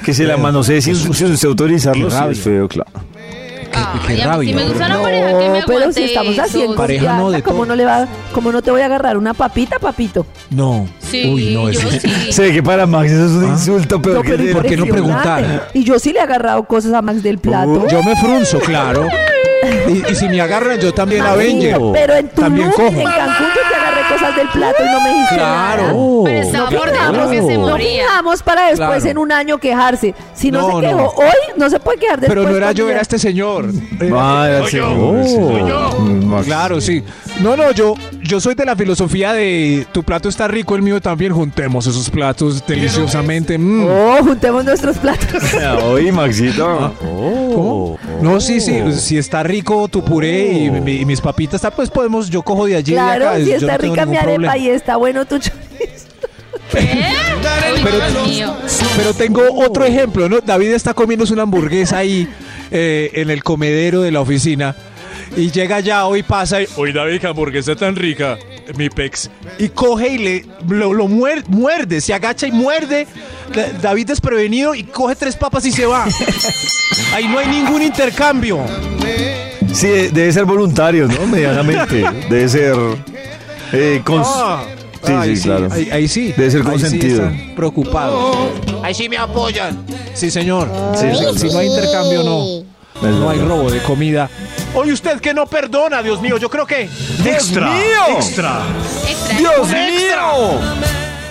Speaker 2: Que se la manosee sin, sin usted autorizarlo.
Speaker 4: Pues, Qué
Speaker 2: sí,
Speaker 4: rabia.
Speaker 2: es feo, claro.
Speaker 4: Qué Qué
Speaker 9: Ay, a mí sí
Speaker 4: rabia.
Speaker 9: me gusta la
Speaker 3: No,
Speaker 9: pareja que me aguante
Speaker 3: pero si estamos así en
Speaker 9: esos-
Speaker 4: Pareja
Speaker 3: confianza,
Speaker 4: no, de
Speaker 3: ¿cómo
Speaker 4: todo.
Speaker 3: no le va, cómo no te voy a agarrar una papita, papito?
Speaker 4: No.
Speaker 9: Sí,
Speaker 4: Uy, no,
Speaker 9: yo
Speaker 4: eso-
Speaker 9: sí.
Speaker 2: Sé que para Max eso es un insulto, pero,
Speaker 3: No, pero
Speaker 4: ¿por qué Ah. no
Speaker 3: impresionante.
Speaker 4: preguntar?
Speaker 3: Y yo sí le he agarrado cosas a Max del plato.
Speaker 4: Uh. Yo me frunzo, claro. Y, y si me agarran, yo también la
Speaker 3: Maxito,
Speaker 4: vengo.
Speaker 3: Pero en tu
Speaker 4: También cojo.
Speaker 3: en Cancún yo te agarré cosas del plato y no me dijiste nada.
Speaker 4: Claro.
Speaker 9: Pero estaba por dentro que se
Speaker 4: claro.
Speaker 3: No
Speaker 9: moría.
Speaker 3: fijamos para después
Speaker 4: Claro.
Speaker 3: en un año quejarse. Si no,
Speaker 4: No,
Speaker 3: se quejó
Speaker 4: no.
Speaker 3: hoy, no se puede quejar después.
Speaker 4: Pero no era
Speaker 3: con
Speaker 4: yo,
Speaker 3: ella.
Speaker 4: era este señor.
Speaker 2: Madre,
Speaker 5: Soy yo,
Speaker 2: señor,
Speaker 4: soy
Speaker 5: yo.
Speaker 2: Mm, Max.
Speaker 4: Claro, sí. No, no, yo, yo soy de la filosofía de tu plato está rico, el mío también. Juntemos esos platos deliciosamente. mm.
Speaker 3: Oh, juntemos nuestros platos.
Speaker 2: Oye, Maxito.
Speaker 4: ¿Cómo? No, sí, sí. Si está rico tu puré y, mi- y mis papitas, está, pues podemos. Yo cojo de allí. y de acá,
Speaker 3: claro, si
Speaker 4: yo no
Speaker 3: está
Speaker 4: tengo
Speaker 3: rica mi
Speaker 4: ningún
Speaker 3: arepa
Speaker 4: problema.
Speaker 3: y está bueno tu chorizo.
Speaker 9: ¿Eh? Uy, Dios mío.
Speaker 4: Pero tengo otro ejemplo, ¿no? David está comiéndose una hamburguesa ahí eh, en el comedero de la oficina. Y llega ya hoy pasa y, oye David, qué hamburguesa tan rica, mi pex. Y coge y le lo, lo muer- muerde, se agacha y muerde. Da- David desprevenido y coge tres papas y se va. Ahí no hay ningún intercambio.
Speaker 2: Sí, de- debe ser voluntario, ¿no? Medianamente. Debe ser. Eh, cons-
Speaker 4: Ah,
Speaker 2: sí,
Speaker 4: ahí
Speaker 2: sí, claro.
Speaker 4: Ahí, ahí sí.
Speaker 2: Debe ser
Speaker 4: Ahí sí
Speaker 2: consentido.
Speaker 4: están preocupados.
Speaker 7: Ahí sí me apoyan.
Speaker 4: Sí, señor.
Speaker 2: Sí, sí,
Speaker 4: si
Speaker 2: claro.
Speaker 4: no hay intercambio, no.
Speaker 2: Es verdad.
Speaker 4: No hay robo de comida. Oye, usted que no perdona, Dios mío, yo creo que.
Speaker 5: Extra. Extra.
Speaker 9: Extra.
Speaker 2: ¡Dios
Speaker 7: Un extra.
Speaker 2: mío!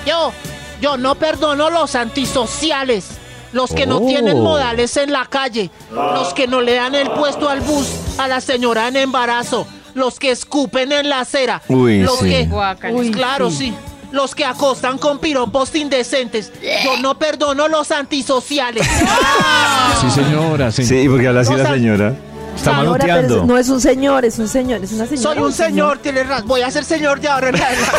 Speaker 7: Yo, yo no perdono los antisociales. Los que no
Speaker 2: Oh.
Speaker 7: tienen modales en la calle. Los que no le dan el puesto al bus a la señora en embarazo. Los que escupen en la acera.
Speaker 2: Uy,
Speaker 7: los
Speaker 2: sí.
Speaker 7: que.
Speaker 9: Guácala.
Speaker 7: Uy, claro, sí. Los que acostan con piropos indecentes. Yo no perdono los antisociales. Ah,
Speaker 4: Sí, señora, sí.
Speaker 2: Sí, porque habla así
Speaker 7: No,
Speaker 2: la
Speaker 7: o sea,
Speaker 2: señora. Está
Speaker 3: Ahora, pero
Speaker 2: manoteando.
Speaker 3: es- no es un señor, es un señor, es una señora.
Speaker 7: Soy un señor, tienes razón. Voy a ser señor de ahora en adelante.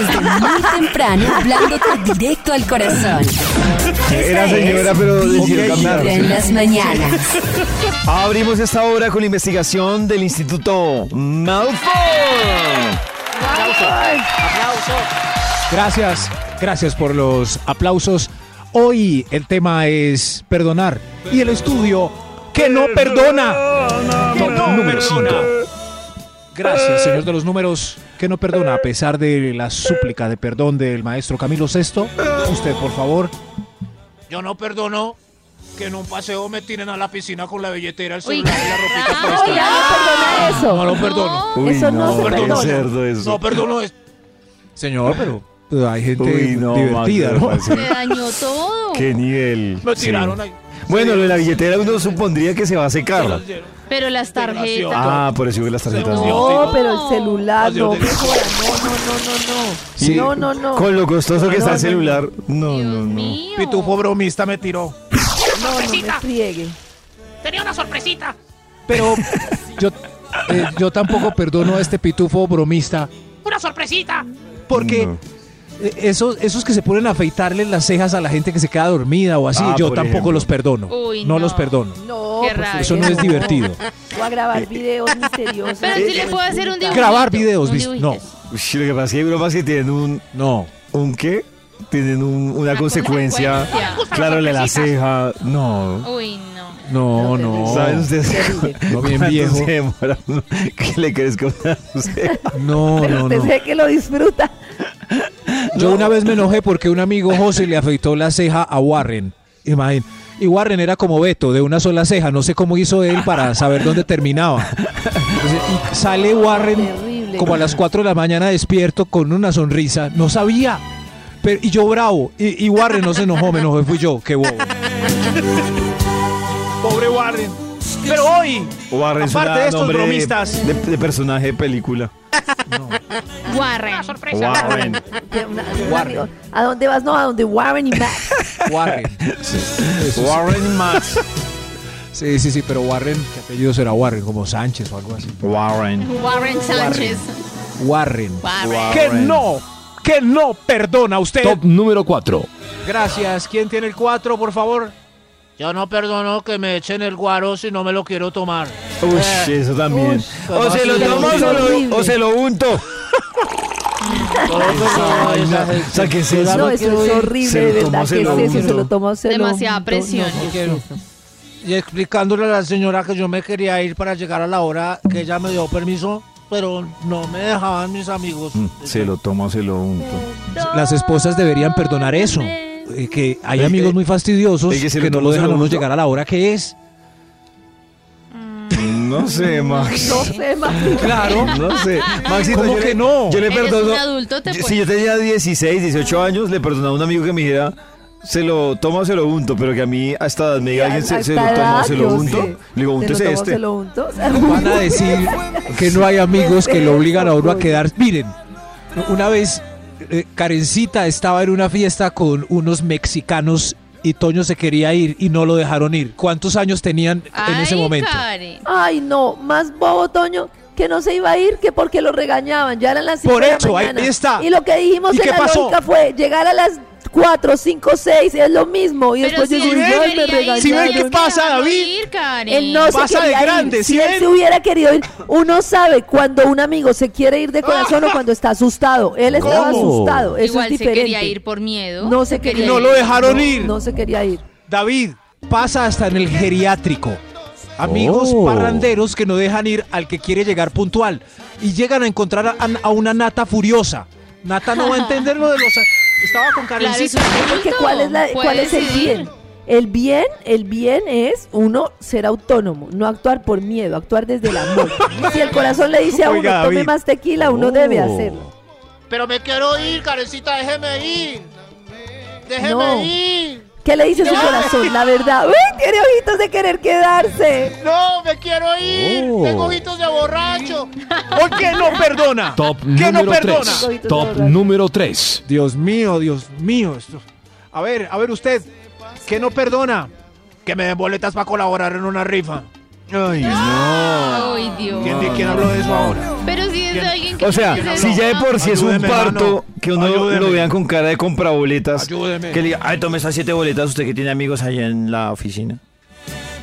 Speaker 1: Desde muy temprano, hablándote directo al corazón.
Speaker 2: Era señora, pero decidió
Speaker 4: Ok,
Speaker 2: cambiar.
Speaker 1: Vibra en las mañanas.
Speaker 2: Abrimos esta hora con la investigación del Instituto Malfoy.
Speaker 4: Gracias, gracias por los aplausos. Hoy el tema es perdonar. Y el estudio que no perdona. Top número 5. Gracias, señor de los números, que no perdona. A pesar de la súplica de perdón del maestro Camilo VI, usted, por favor,
Speaker 7: Yo no perdono que en un paseo me tiren a la piscina con la billetera, el
Speaker 9: Uy,
Speaker 7: celular y la ropita puesta.
Speaker 3: Oiga, no perdona eso.
Speaker 7: No lo perdono.
Speaker 2: Uy,
Speaker 3: Eso no se
Speaker 2: qué
Speaker 3: perdona.
Speaker 2: cerdo eso.
Speaker 7: No perdono esto.
Speaker 4: Señor, pero eh, hay gente
Speaker 2: Uy, no,
Speaker 4: divertida,
Speaker 2: Max,
Speaker 4: ¿no?
Speaker 2: me parece-
Speaker 9: Me dañó todo.
Speaker 2: Qué nivel.
Speaker 7: Me
Speaker 2: Sí.
Speaker 7: tiraron ahí.
Speaker 2: Bueno, lo de la billetera uno supondría que se va a secar.
Speaker 9: Pero las tarjetas.
Speaker 2: Ah, por eso que las tarjetas.
Speaker 9: Sí.
Speaker 3: No, pero el celular, no.
Speaker 7: Dios, Dios.
Speaker 2: Sí.
Speaker 3: No, no, no.
Speaker 2: Con lo costoso que está
Speaker 3: No,
Speaker 2: el celular. No,
Speaker 9: Dios
Speaker 2: no, no.
Speaker 9: mío.
Speaker 4: Pitufo bromista me tiró.
Speaker 3: No, no me friegue.
Speaker 7: Tenía una sorpresita.
Speaker 4: Pero yo, eh, yo tampoco perdono a este pitufo bromista
Speaker 7: Una sorpresita.
Speaker 4: porque
Speaker 2: No.
Speaker 4: eh, esos, esos que se ponen a afeitarle las cejas a la gente que se queda dormida o así,
Speaker 2: Ah,
Speaker 4: yo
Speaker 2: por
Speaker 4: tampoco
Speaker 2: ejemplo.
Speaker 4: los perdono.
Speaker 9: Uy,
Speaker 4: no,
Speaker 9: no.
Speaker 4: los perdono.
Speaker 3: No,
Speaker 9: Qué
Speaker 3: por
Speaker 9: rabia.
Speaker 4: Eso no es
Speaker 3: supuesto.
Speaker 4: divertido. Eh,
Speaker 3: O a grabar videos misteriosos.
Speaker 9: Pero sí le puedo hacer un dibujito.
Speaker 4: Grabar videos,
Speaker 9: un
Speaker 4: ¿viste?
Speaker 9: dibujito.
Speaker 4: No.
Speaker 2: Ush, lo que pasa es que hay bromas que tienen un.
Speaker 4: No.
Speaker 2: ¿Un qué? Tienen un- una, consecuencia.
Speaker 9: consecuencia.
Speaker 2: Claro, la, la ceja. No.
Speaker 9: Uy, no.
Speaker 4: No,
Speaker 2: ¿Saben
Speaker 4: no.
Speaker 2: ustedes?
Speaker 4: No, bien
Speaker 2: cuánto
Speaker 4: viejo.
Speaker 2: se demora uno que le crezca una ceja?
Speaker 4: No,
Speaker 3: Pero
Speaker 4: no,
Speaker 3: usted
Speaker 4: no.
Speaker 3: sé que lo disfruta.
Speaker 4: Yo una vez me enojé porque un amigo José le afeitó la ceja a Warren. Imagín. Y Warren era como Beto, de una sola ceja. No sé cómo hizo él para saber dónde terminaba. Entonces, y sale Warren
Speaker 3: Terrible.
Speaker 4: como a las 4 de la mañana despierto con una sonrisa. No sabía. Pero, y yo bravo. Y, y Warren no se enojó, me enojé. Fui yo, qué bobo.
Speaker 7: Pobre Warren. Pero hoy,
Speaker 2: O a resultar
Speaker 7: Aparte de estos
Speaker 2: nombre de-
Speaker 7: bromistas.
Speaker 2: De, de personaje de película.
Speaker 9: Warren.
Speaker 2: Warren.
Speaker 3: De una- de un
Speaker 4: Warren.
Speaker 3: amigo. ¿A dónde vas? No, a donde Warren y Max.
Speaker 4: Warren.
Speaker 2: Warren Max.
Speaker 4: Sí, sí, sí, pero Warren, ¿qué apellido será Warren? Como Sánchez o algo así.
Speaker 2: Warren.
Speaker 9: Warren Sánchez.
Speaker 4: Warren.
Speaker 9: Warren.
Speaker 4: Que no, que no perdona usted.
Speaker 6: Top número 4.
Speaker 4: Gracias. ¿Quién tiene el 4, por favor?
Speaker 7: yo no perdono que me echen el guaro si no me lo quiero tomar.
Speaker 3: Eh,
Speaker 2: Uy, eso también.
Speaker 3: Ush,
Speaker 2: o se lo
Speaker 3: sí,
Speaker 2: tomo o
Speaker 3: es
Speaker 2: se
Speaker 3: horrible.
Speaker 2: lo- o se lo unto.
Speaker 7: No, esa gente-
Speaker 2: Sáquese eso.
Speaker 3: No, eso es horrible,
Speaker 2: Se lo
Speaker 3: de
Speaker 2: tomó,
Speaker 3: verdad.
Speaker 2: se
Speaker 3: ¿Qué
Speaker 2: lo
Speaker 3: es eso? Se
Speaker 2: unto.
Speaker 3: lo tomó, se lo
Speaker 9: Demasiada
Speaker 3: unto.
Speaker 9: presión.
Speaker 3: No, no, ¿qué es eso?
Speaker 10: y explicándole a la señora que yo me quería ir para llegar a la hora que ella me dio permiso, pero no me dejaban mis amigos.
Speaker 2: Se lo toma, se lo unto.
Speaker 4: Las esposas deberían perdonar eso. eh, Que hay
Speaker 2: El
Speaker 4: amigos
Speaker 2: que-
Speaker 4: muy fastidiosos
Speaker 2: el que
Speaker 4: que,
Speaker 2: se le
Speaker 4: no
Speaker 2: toma
Speaker 4: lo dejan a
Speaker 2: solo
Speaker 4: uno
Speaker 2: gusto.
Speaker 4: llegar a la hora que es.
Speaker 2: No sé, Max.
Speaker 3: No sé, Max.
Speaker 4: Claro.
Speaker 2: No sé. Maxito,
Speaker 4: ¿Cómo
Speaker 2: yo
Speaker 4: que
Speaker 2: le,
Speaker 4: no?
Speaker 2: Yo le
Speaker 9: Eres
Speaker 2: perdono.
Speaker 9: un adulto, te
Speaker 2: Yo- si
Speaker 9: puedes-
Speaker 2: yo
Speaker 3: pues.
Speaker 2: tenía 16, 18 años, le perdonaba a un amigo que me dijera, se lo toma o se lo unto, pero que a mí hasta edad me diga alguien se, se lo toma o se lo unto. Le digo, úntese este.
Speaker 3: Se lo unto.
Speaker 4: Van a decir que no hay amigos que lo obligan a uno a quedar. Miren, una vez eh, Karencita estaba en una fiesta con unos mexicanos y Toño se quería ir y no lo dejaron ir. ¿Cuántos años tenían en ese
Speaker 9: Ay,
Speaker 4: momento?
Speaker 9: Karen.
Speaker 3: Ay, no, más bobo Toño que no se iba a ir que porque lo regañaban. Ya eran las 5
Speaker 4: Por
Speaker 3: de la
Speaker 4: eso, ahí
Speaker 3: mañana.
Speaker 4: está.
Speaker 3: Y lo que dijimos
Speaker 4: ¿Y
Speaker 3: en
Speaker 4: qué
Speaker 3: la
Speaker 4: pasó?
Speaker 3: lógica fue llegar a las 4, 5, 6, es lo mismo. Y
Speaker 9: Pero
Speaker 3: después
Speaker 9: si él
Speaker 3: llegó y
Speaker 9: se
Speaker 3: "Ay, me
Speaker 9: quería ir,
Speaker 4: Si ven
Speaker 9: tenías
Speaker 4: qué
Speaker 9: que
Speaker 4: pasa,
Speaker 9: dejarlo
Speaker 4: David.
Speaker 9: ir, Karen.
Speaker 3: Él no
Speaker 4: Pasa
Speaker 3: se
Speaker 4: de
Speaker 3: quería
Speaker 4: grande,
Speaker 3: ir.
Speaker 4: ¿sí
Speaker 3: si él
Speaker 4: ven?
Speaker 3: se hubiera querido ir, uno sabe cuando un amigo se quiere ir de corazón o cuando está asustado. Él estaba
Speaker 4: ¿Cómo?
Speaker 3: asustado, eso
Speaker 9: Igual
Speaker 3: es
Speaker 9: se
Speaker 3: diferente.
Speaker 9: quería ir por miedo.
Speaker 3: No se quería
Speaker 4: No
Speaker 3: ir.
Speaker 4: lo dejaron
Speaker 3: No,
Speaker 4: ir.
Speaker 3: No se quería ir.
Speaker 4: David, pasa hasta en el geriátrico. Amigos
Speaker 6: Oh.
Speaker 4: parranderos que no dejan ir al que quiere llegar puntual y llegan a encontrar a, a una nata furiosa. Nata no va a entender lo de los. Estaba con
Speaker 9: Claro, es un
Speaker 4: Karencita.
Speaker 3: Porque
Speaker 9: adulto,
Speaker 3: ¿cuál es, la- cuál
Speaker 9: puedes
Speaker 3: es el
Speaker 9: decidir.
Speaker 3: bien? El bien, el bien es uno ser autónomo, no actuar por miedo, actuar desde el amor. si el corazón le dice a uno,
Speaker 2: Oiga,
Speaker 3: tome
Speaker 2: David.
Speaker 3: más tequila, uno debe hacerlo.
Speaker 7: Pero me quiero ir, carecita, déjeme ir. Déjeme
Speaker 3: No.
Speaker 7: ir.
Speaker 3: ¿Qué le dice su
Speaker 7: No.
Speaker 3: corazón? La verdad. ¡Uy! Tiene ojitos de querer quedarse.
Speaker 7: No, me quiero ir.
Speaker 2: Oh.
Speaker 7: Tengo ojitos de borracho.
Speaker 4: ¿Por qué no perdona?
Speaker 6: Top
Speaker 4: ¿Qué no
Speaker 6: número
Speaker 4: perdona?
Speaker 6: 3. Top número 3.
Speaker 4: Dios mío, Dios mío. esto- A ver, a ver usted, ¿qué no perdona? Que me den boletas para colaborar en una rifa.
Speaker 2: Ay, no.
Speaker 9: Ay, Dios.
Speaker 4: ¿Quién, de quién habló de eso ahora?
Speaker 9: Pero si es de alguien que
Speaker 2: O sea,
Speaker 9: no
Speaker 2: si ya de por sí es un
Speaker 4: Ayúdeme,
Speaker 2: parto,
Speaker 4: hermano.
Speaker 2: que uno lo
Speaker 4: Ayúdeme.
Speaker 2: vean con cara de compraboletas,
Speaker 4: Ayúdeme.
Speaker 2: que le diga, ay, tome esas siete boletas, usted que tiene amigos allá en la oficina.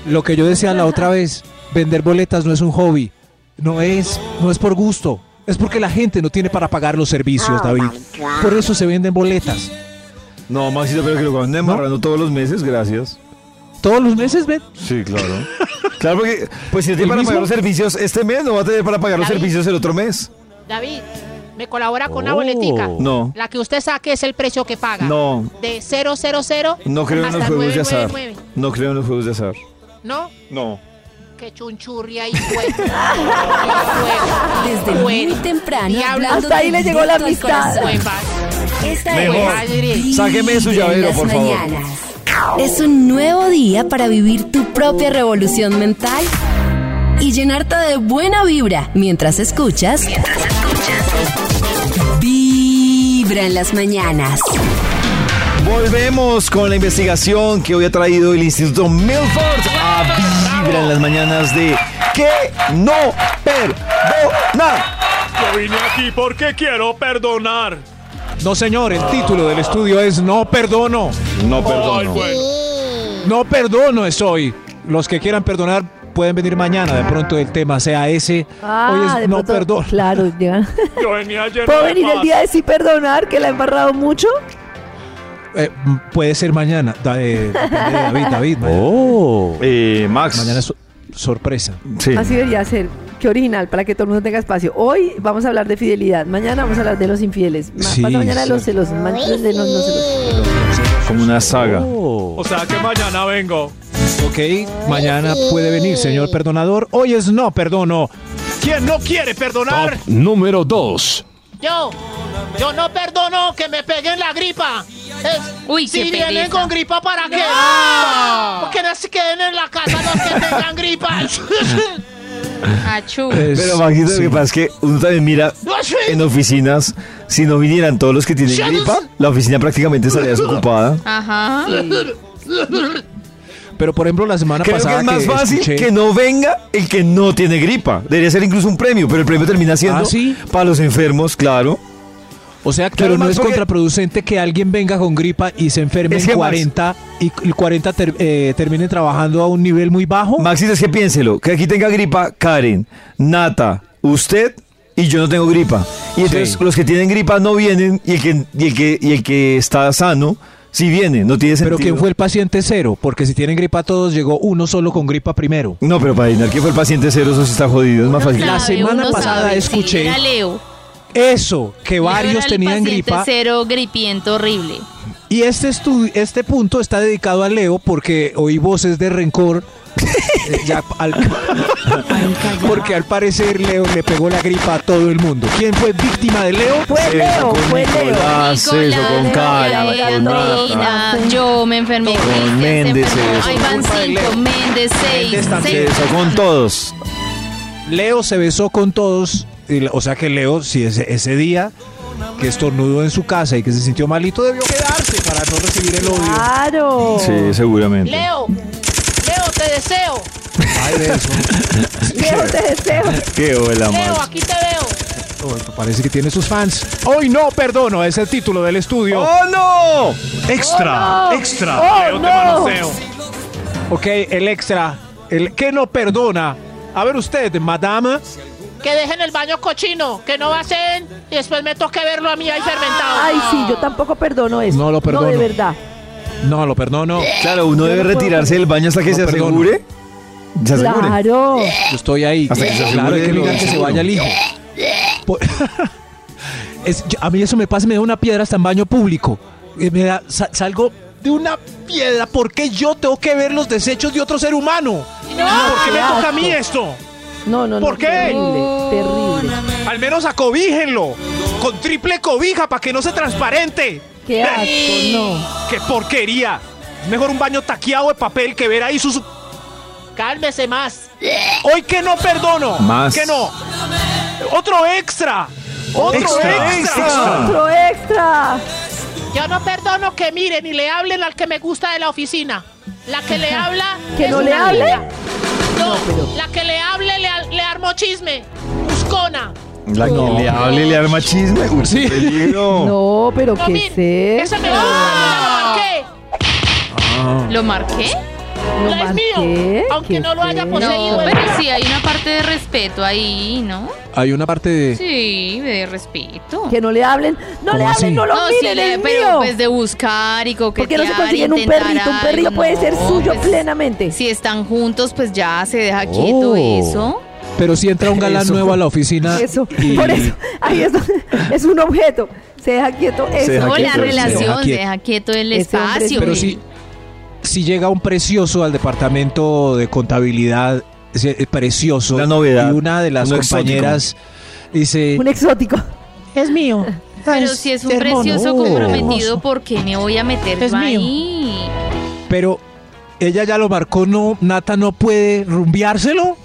Speaker 4: Lo que yo decía la otra vez, vender boletas no es un hobby. No es, no es por gusto. Es porque la gente no tiene para pagar los servicios,
Speaker 3: Oh
Speaker 4: David. Por eso se venden boletas.
Speaker 2: No, Maxito, pero que lo van amarrando todos los meses, gracias.
Speaker 4: Todos los meses ven.
Speaker 2: Sí, claro. claro, porque pues si no
Speaker 4: ¿El
Speaker 2: tiene para
Speaker 4: mismo?
Speaker 2: pagar los servicios este mes, no va a tener para pagar los
Speaker 7: David.
Speaker 2: servicios el otro mes.
Speaker 7: David, me colabora con una boletica.
Speaker 2: No,
Speaker 7: La que usted saque es el precio que paga.
Speaker 2: Oh. no,
Speaker 7: De 000
Speaker 2: no creo en los
Speaker 7: hasta
Speaker 2: juegos de azar.
Speaker 7: 999.
Speaker 2: No creo en los juegos de azar.
Speaker 7: ¿No?
Speaker 2: No.
Speaker 7: Que chunchurria y huevo.
Speaker 1: Desde muy temprano.
Speaker 7: Diablo.
Speaker 1: hablando
Speaker 3: Hasta ahí le
Speaker 1: directo
Speaker 3: llegó la
Speaker 1: al
Speaker 3: amistad.
Speaker 1: corazón. Esta
Speaker 2: Mejor.
Speaker 1: es
Speaker 2: Sáqueme de su
Speaker 1: Vibra en
Speaker 2: llavero,
Speaker 1: las
Speaker 2: por favor.
Speaker 1: mañanas. Es un nuevo día para vivir tu propia revolución mental y llenarte de buena vibra mientras escuchas. Vibra en las mañanas.
Speaker 2: Volvemos con la investigación que hoy ha traído el Instituto Milford a Vibra en las mañanas de que no perdona.
Speaker 8: Yo vine aquí porque quiero perdonar.
Speaker 4: No, señor, el título del estudio es No perdono.
Speaker 2: No perdono.
Speaker 4: No perdono es hoy. Los que quieran perdonar pueden venir mañana. De pronto el tema sea ese. hoy es
Speaker 3: Ah, de
Speaker 4: No
Speaker 3: pronto-
Speaker 4: perdono.
Speaker 3: Claro, llegan.
Speaker 8: Yo venía ayer.
Speaker 3: ¿Puedo venir el día de sí perdonar que la ha embarrado mucho?
Speaker 4: Eh, m- puede ser mañana. Da- eh, depende de David, David.
Speaker 2: Oh.
Speaker 4: Mañana,
Speaker 2: Eh, Max.
Speaker 4: Mañana es so- sorpresa.
Speaker 2: Sí.
Speaker 3: Así debería ser. Qué original, para que todo el mundo tenga espacio. Hoy vamos a hablar de fidelidad, mañana vamos a hablar de los infieles, ma-
Speaker 4: Sí,
Speaker 3: pasado mañana de
Speaker 4: sí.
Speaker 3: los celosos, mañana de los no celosos.
Speaker 2: Como una saga. Oh.
Speaker 8: O sea que mañana vengo.
Speaker 4: Ok, mañana puede venir, señor perdonador. Hoy es No perdono. ¿Quién no quiere perdonar?
Speaker 6: Top número 2.
Speaker 7: Yo, yo no perdono que me peguen la gripa. Es-
Speaker 9: Uy,
Speaker 7: si
Speaker 9: qué
Speaker 7: vienen
Speaker 9: pereza.
Speaker 7: con gripa, ¿para qué? Porque no se queden en la casa los que tengan gripa.
Speaker 9: Achú.
Speaker 4: Es-
Speaker 2: Pero Maxito, lo que pasa es que uno también mira en oficinas, si no vinieran todos los que tienen gripa, la oficina prácticamente estaría desocupada.
Speaker 9: Ajá.
Speaker 4: pero, por ejemplo, la semana
Speaker 2: Creo que
Speaker 4: pasada.
Speaker 2: es más fácil
Speaker 4: escuché-
Speaker 2: que no venga el que no tiene gripa. Debería ser incluso un premio, pero el premio termina siendo
Speaker 4: ¿Ah, sí?
Speaker 2: para los enfermos, claro.
Speaker 4: O sea,
Speaker 2: Claro,
Speaker 4: pero no
Speaker 2: Max,
Speaker 4: es
Speaker 2: porque-
Speaker 4: contraproducente que alguien venga con gripa y se enferme
Speaker 2: Es
Speaker 4: en
Speaker 2: que, Max-
Speaker 4: 40 y el 40 ter- eh, termine trabajando a un nivel muy bajo.
Speaker 2: Maxito, es que piénselo, que aquí tenga gripa Karen, Nata, usted y yo no tengo gripa. Y entonces
Speaker 4: Sí.
Speaker 2: los que tienen gripa no vienen y el que, y el que, y el que está sano Si viene, no tiene sentido.
Speaker 4: Pero ¿quién fue el paciente cero? Porque si tienen gripa todos, llegó uno solo con gripa primero.
Speaker 2: No, pero para adivinar quién fue el paciente cero, eso sí está jodido, es más fácil.
Speaker 4: La
Speaker 9: Sabe,
Speaker 4: semana
Speaker 9: uno
Speaker 4: pasada
Speaker 9: sabe, sí,
Speaker 4: escuché
Speaker 9: era Leo.
Speaker 4: eso, que
Speaker 9: Leo
Speaker 4: varios
Speaker 9: era el
Speaker 4: tenían
Speaker 9: paciente
Speaker 4: gripa.
Speaker 9: Cero gripiento horrible.
Speaker 4: Y este, estu- este punto está dedicado a Leo porque oí voces de rencor. eh, ya al- porque al parecer Leo le pegó la gripa a todo el mundo. ¿Quién fue víctima de Leo?
Speaker 3: Fue
Speaker 2: Eso
Speaker 3: Leo,
Speaker 2: con
Speaker 3: fue Leo.
Speaker 2: Nicolás, Ah, eso con
Speaker 9: Nicolás,
Speaker 2: Karen,
Speaker 9: Andrea,
Speaker 2: con Nata.
Speaker 9: Andreina, yo me enfermé.
Speaker 2: Con
Speaker 9: Cristian se
Speaker 2: Méndez,
Speaker 9: enfermó.
Speaker 2: eso,
Speaker 9: Ahí van
Speaker 4: culpa de
Speaker 9: cinco,
Speaker 4: Leo.
Speaker 9: Méndez seis.
Speaker 4: Méndez también,
Speaker 9: seis.
Speaker 2: Eso con todos.
Speaker 4: Leo se besó con todos. y la- o sea que Leo, si ese, ese día que estornudó en su casa y que se sintió malito, debió quedarse para no recibir el odio.
Speaker 3: Claro.
Speaker 2: Sí, seguramente.
Speaker 7: Leo, Leo, te deseo.
Speaker 4: Ay, de eso.
Speaker 3: Leo, te deseo.
Speaker 2: Qué hola,
Speaker 7: Leo,
Speaker 2: más.
Speaker 7: aquí te veo.
Speaker 4: Uy, Parece que tiene sus fans. Hoy no perdono, es el título del estudio.
Speaker 2: ¡Oh,
Speaker 8: Extra, extra.
Speaker 3: Oh,
Speaker 8: Leo, te
Speaker 3: no.
Speaker 8: manoseo.
Speaker 4: Ok, el extra. El que no perdona. A ver usted, madama.
Speaker 7: Que dejen el baño cochino, que no vasen y después me toque verlo a mí ahí fermentado.
Speaker 3: Ay, sí, yo tampoco perdono eso.
Speaker 4: No lo
Speaker 3: No, de
Speaker 4: perdono.
Speaker 3: verdad.
Speaker 4: No, lo perdono.
Speaker 2: no! Claro, uno debe retirarse del baño hasta que
Speaker 4: No,
Speaker 2: se
Speaker 4: perdón.
Speaker 2: asegure. Se asegure.
Speaker 3: Claro.
Speaker 4: Yo estoy ahí.
Speaker 2: Hasta que
Speaker 4: claro,
Speaker 2: se asegure
Speaker 4: hay que
Speaker 2: de lo
Speaker 4: mirar que se
Speaker 2: seguro.
Speaker 4: vaya el hijo. Po- Es- yo- a mí eso me pasa, me da una piedra hasta en baño público. Eh, Me da, sa- salgo de una piedra porque yo tengo que ver los desechos de otro ser humano.
Speaker 8: ¿Por qué me toca a mí esto?
Speaker 3: No, no, no.
Speaker 8: ¿Por qué?
Speaker 3: Terrible, terrible.
Speaker 8: Al menos acobijenlo Con triple cobija para que no sea transparente.
Speaker 3: Qué asco, no.
Speaker 8: ¡Qué porquería! Es mejor un baño taqueado de papel que ver ahí sus.
Speaker 7: Cálmese más.
Speaker 8: ¡Hoy que no perdono!
Speaker 2: Más.
Speaker 8: ¡Que no! ¡Otro extra! ¡Otro
Speaker 2: Extra,
Speaker 8: extra!
Speaker 2: extra.
Speaker 4: Ah.
Speaker 3: Otro extra.
Speaker 7: Yo no perdono que miren y le hablen al que me gusta de la oficina. La que le habla.
Speaker 3: ¿Que
Speaker 7: es
Speaker 3: no le
Speaker 7: una
Speaker 3: hable?
Speaker 7: niña. No, la que le hable le, al- le armo chisme. Buscona.
Speaker 2: La que le hable le arma chisme. Uy, sí. peligro.
Speaker 3: No, pero
Speaker 7: No,
Speaker 3: ¿qué
Speaker 7: mire,
Speaker 3: es
Speaker 7: Esa
Speaker 3: eso?
Speaker 7: me gusta, ya lo marqué.
Speaker 9: ¿Lo marqué?
Speaker 3: Lo
Speaker 7: La es mío.
Speaker 3: marqué,
Speaker 7: Aunque
Speaker 3: ¿qué
Speaker 7: no lo haya
Speaker 3: es?
Speaker 9: No,
Speaker 7: poseído.
Speaker 9: pero sí hay una parte de respeto ahí, ¿no?
Speaker 4: Hay una parte de...
Speaker 9: Sí, de respeto.
Speaker 3: Que no le hablen. No
Speaker 4: ¿Cómo
Speaker 3: le hablen,
Speaker 4: así?
Speaker 3: no lo
Speaker 9: No, sí,
Speaker 3: miren,
Speaker 9: le-
Speaker 3: es
Speaker 9: pero
Speaker 3: mío.
Speaker 9: pues de buscar y
Speaker 3: ¿Por
Speaker 9: coquetear.
Speaker 3: qué no se consiguen un
Speaker 9: intentar
Speaker 3: perrito? Un
Speaker 9: algo,
Speaker 3: perrito puede
Speaker 9: no,
Speaker 3: ser suyo
Speaker 9: pues,
Speaker 3: plenamente.
Speaker 9: Si están juntos, pues ya se deja
Speaker 4: Oh.
Speaker 9: quieto eso.
Speaker 4: Pero si entra un galán
Speaker 2: Eso.
Speaker 4: nuevo a la oficina...
Speaker 3: Eso,
Speaker 4: y-
Speaker 3: por eso, ahí es, donde- es un objeto. Se deja quieto eso.
Speaker 2: deja
Speaker 9: O
Speaker 2: quieto,
Speaker 9: la
Speaker 2: se deja
Speaker 9: relación, se
Speaker 4: quieto.
Speaker 9: deja quieto el
Speaker 3: Ese hombre es
Speaker 9: espacio.
Speaker 4: Pero
Speaker 9: güey.
Speaker 4: si, si llega un precioso al departamento de contabilidad, ese- eh, precioso,
Speaker 2: Una novedad,
Speaker 4: y una de las
Speaker 2: un exótico.
Speaker 4: compañeras dice,
Speaker 3: Un exótico.
Speaker 7: Es mío.
Speaker 9: Pero si es un precioso
Speaker 4: Oh.
Speaker 9: comprometido, ¿por qué me voy a meter
Speaker 7: Es
Speaker 9: yo
Speaker 7: mío.
Speaker 9: ahí?
Speaker 4: pero ella ya lo marcó, no, Nata no puede rumbiárselo.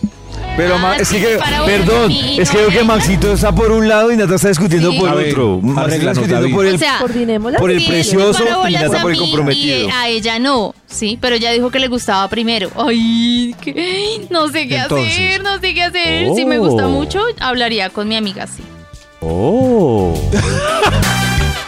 Speaker 2: Pero Ma-
Speaker 9: Ah,
Speaker 2: es
Speaker 9: sí,
Speaker 2: que,
Speaker 9: para
Speaker 2: perdón,
Speaker 9: uno y
Speaker 2: es que
Speaker 9: no
Speaker 2: veo que
Speaker 9: arregla.
Speaker 2: Maxito está por un lado y Nata está discutiendo
Speaker 9: Sí.
Speaker 2: por
Speaker 4: A ver,
Speaker 2: otro. Maxito está
Speaker 4: arréglanos,
Speaker 2: discutiendo
Speaker 4: David.
Speaker 2: por el-
Speaker 9: O sea,
Speaker 3: Coordinemos las
Speaker 2: por el
Speaker 3: ideas.
Speaker 2: precioso.
Speaker 9: me parabolas
Speaker 2: y nada
Speaker 9: a
Speaker 2: por el
Speaker 9: mí
Speaker 2: comprometido.
Speaker 9: y a ella no, sí, pero ella dijo que le gustaba primero. Ay, que- no sé qué
Speaker 4: Entonces.
Speaker 9: hacer, no sé qué hacer. Si me
Speaker 2: Oh.
Speaker 9: gusta mucho, hablaría con mi amiga, sí.
Speaker 2: Oh.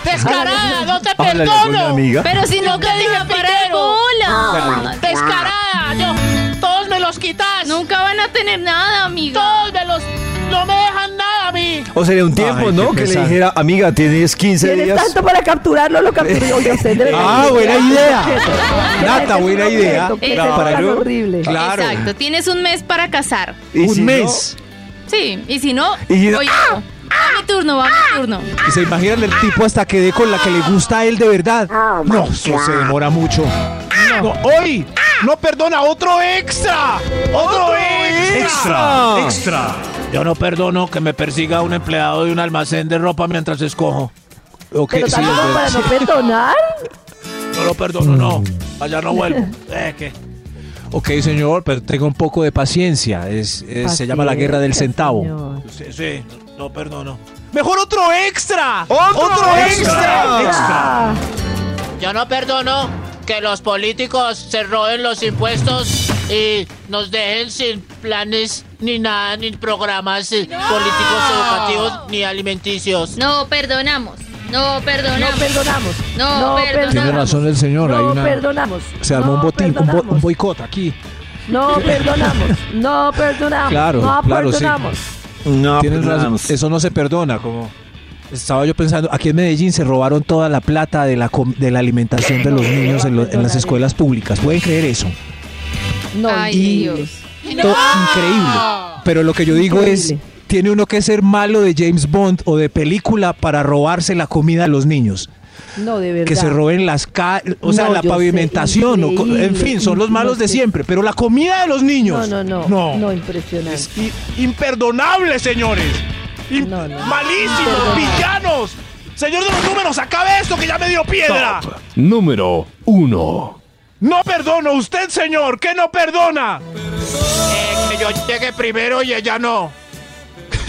Speaker 7: Descarada, no te
Speaker 2: Háblale con una
Speaker 7: perdono.
Speaker 2: amiga.
Speaker 9: Pero si no,
Speaker 7: Yo
Speaker 9: que
Speaker 7: te dije
Speaker 9: diga para
Speaker 7: primero.
Speaker 9: bola.
Speaker 7: Descarada, yo. Todos me los quitas.
Speaker 9: Nunca van a tener nada, amiga.
Speaker 7: Todos me los. No me dejan nada a mí.
Speaker 2: O sería un tiempo,
Speaker 4: qué
Speaker 2: ¿no? Que le
Speaker 4: pesar.
Speaker 2: dijera, amiga, tienes 15
Speaker 3: Tienes
Speaker 2: días.
Speaker 3: tanto para capturarlo, lo capturé. Oye, usted de verdad.
Speaker 4: Ah, buena idea.
Speaker 3: Qué
Speaker 4: Nata,
Speaker 3: objeto,
Speaker 4: buena
Speaker 3: qué
Speaker 4: idea.
Speaker 3: objeto, qué
Speaker 9: Claro.
Speaker 3: objeto tan horrible.
Speaker 4: Claro.
Speaker 9: Exacto, tienes un mes para casar.
Speaker 2: Y
Speaker 4: un
Speaker 2: si no,
Speaker 4: mes.
Speaker 9: Sí, y si no,
Speaker 2: Y si no-
Speaker 9: oye, no. va mi turno, va mi turno.
Speaker 4: Y se imagina el tipo hasta que dé con la que le gusta a él de verdad.
Speaker 3: Oh,
Speaker 4: No, eso se demora mucho.
Speaker 8: No, ¡Hoy! ¡No perdona! ¡Otro extra! ¡Otro extra!
Speaker 4: extra.
Speaker 8: ¡Extra!
Speaker 10: Yo no perdono que me persiga un empleado de un almacén de ropa mientras escojo.
Speaker 4: Ok,
Speaker 3: Pero
Speaker 4: sí,
Speaker 3: tampoco
Speaker 4: entonces-
Speaker 3: para no perdonar.
Speaker 10: No lo perdono, no. Allá no vuelvo. Eh, ¿qué?
Speaker 4: Ok, señor, pero tenga un poco de paciencia. Es, es- se llama la guerra del
Speaker 3: Paciencia,
Speaker 4: centavo.
Speaker 3: señor.
Speaker 10: Sí, sí, no perdono.
Speaker 8: ¡Mejor otro extra!
Speaker 2: ¡Otro extra!
Speaker 8: ¡Extra!
Speaker 7: Yo no perdono que los políticos se roben los impuestos y nos dejen sin planes ni nada, ni programas eh, políticos educativos ni alimenticios.
Speaker 9: No perdonamos. No
Speaker 3: No
Speaker 9: perdonamos.
Speaker 3: perdonamos.
Speaker 9: No perdonamos.
Speaker 4: Tiene razón el señor. hay
Speaker 3: No
Speaker 4: una-
Speaker 3: perdonamos.
Speaker 4: se armó
Speaker 3: No
Speaker 4: un botín, un, bo-
Speaker 3: perdonamos.
Speaker 4: un boicot aquí.
Speaker 3: No perdonamos. No perdonamos.
Speaker 4: Claro,
Speaker 3: no
Speaker 4: claro, sí.
Speaker 3: perdonamos.
Speaker 2: No,
Speaker 4: Tienes razón,
Speaker 2: perdonamos.
Speaker 4: Eso no se perdona. Como Estaba yo pensando, aquí en Medellín se robaron toda la plata de la, com- de la alimentación de los niños en, lo- en las escuelas públicas. ¿Pueden creer eso?
Speaker 3: No,
Speaker 9: Ay,
Speaker 4: y-
Speaker 9: Dios.
Speaker 4: Todo increíble. Pero lo que yo digo es, tiene uno que ser malo de James Bond o de película para robarse la comida a los niños.
Speaker 3: no, de verdad.
Speaker 4: Que se roben las ca o sea,
Speaker 3: No,
Speaker 4: la
Speaker 3: yo sé,
Speaker 4: pavimentación, o co- en
Speaker 3: increíble,
Speaker 4: fin, son los malos de
Speaker 3: impresionante.
Speaker 4: siempre, pero la comida de los
Speaker 3: No,
Speaker 4: niños.
Speaker 3: no, no. No,
Speaker 4: No.
Speaker 3: impresionante.
Speaker 7: I- imperdonable, señores. Im-
Speaker 3: No, no.
Speaker 7: Malísimos, villanos. Señor de los números, acabe esto que ya me dio piedra.
Speaker 6: Top número uno.
Speaker 7: No perdono, usted, señor, que no perdona. Eh, que yo llegué primero y ella no.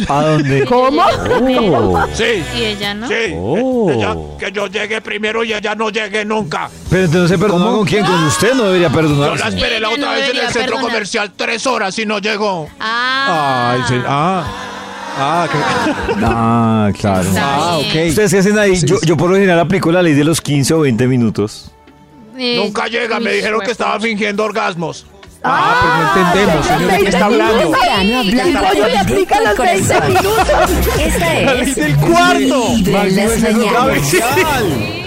Speaker 2: ¿A dónde?
Speaker 9: ¿Cómo?
Speaker 2: Oh.
Speaker 7: Sí.
Speaker 9: Y ella no.
Speaker 7: Sí,
Speaker 2: Oh.
Speaker 7: ella- que yo llegue primero y ella no llegue nunca.
Speaker 2: Pero entonces se perdonó con quién, con usted no debería
Speaker 7: Yo la
Speaker 2: perdonarse.
Speaker 7: esperé la
Speaker 9: Ella
Speaker 7: otra
Speaker 9: no
Speaker 7: vez en el
Speaker 9: debería
Speaker 7: centro
Speaker 9: perdonar.
Speaker 7: comercial tres horas y no llegó.
Speaker 9: Ah.
Speaker 4: Ay, se- ah. Ah, que-
Speaker 2: Ah, claro.
Speaker 4: ah, ok.
Speaker 2: ¿Ustedes qué hacen ahí?
Speaker 4: Sí,
Speaker 2: yo,
Speaker 4: sí.
Speaker 2: yo por lo general aplico la ley de los 15 o 20 minutos.
Speaker 9: Eh,
Speaker 7: Nunca llega, me
Speaker 9: uy,
Speaker 7: dijeron que
Speaker 9: huepucha.
Speaker 7: estaba fingiendo orgasmos.
Speaker 4: Ah, pero no entendemos, señor, ¿de qué está hablando?
Speaker 1: Urano hablando
Speaker 3: Digo, yo le
Speaker 1: directo
Speaker 3: aplica
Speaker 1: al
Speaker 3: los 20
Speaker 1: corazón. Esta es
Speaker 4: del cuarto.
Speaker 1: Vibra en las mañanas.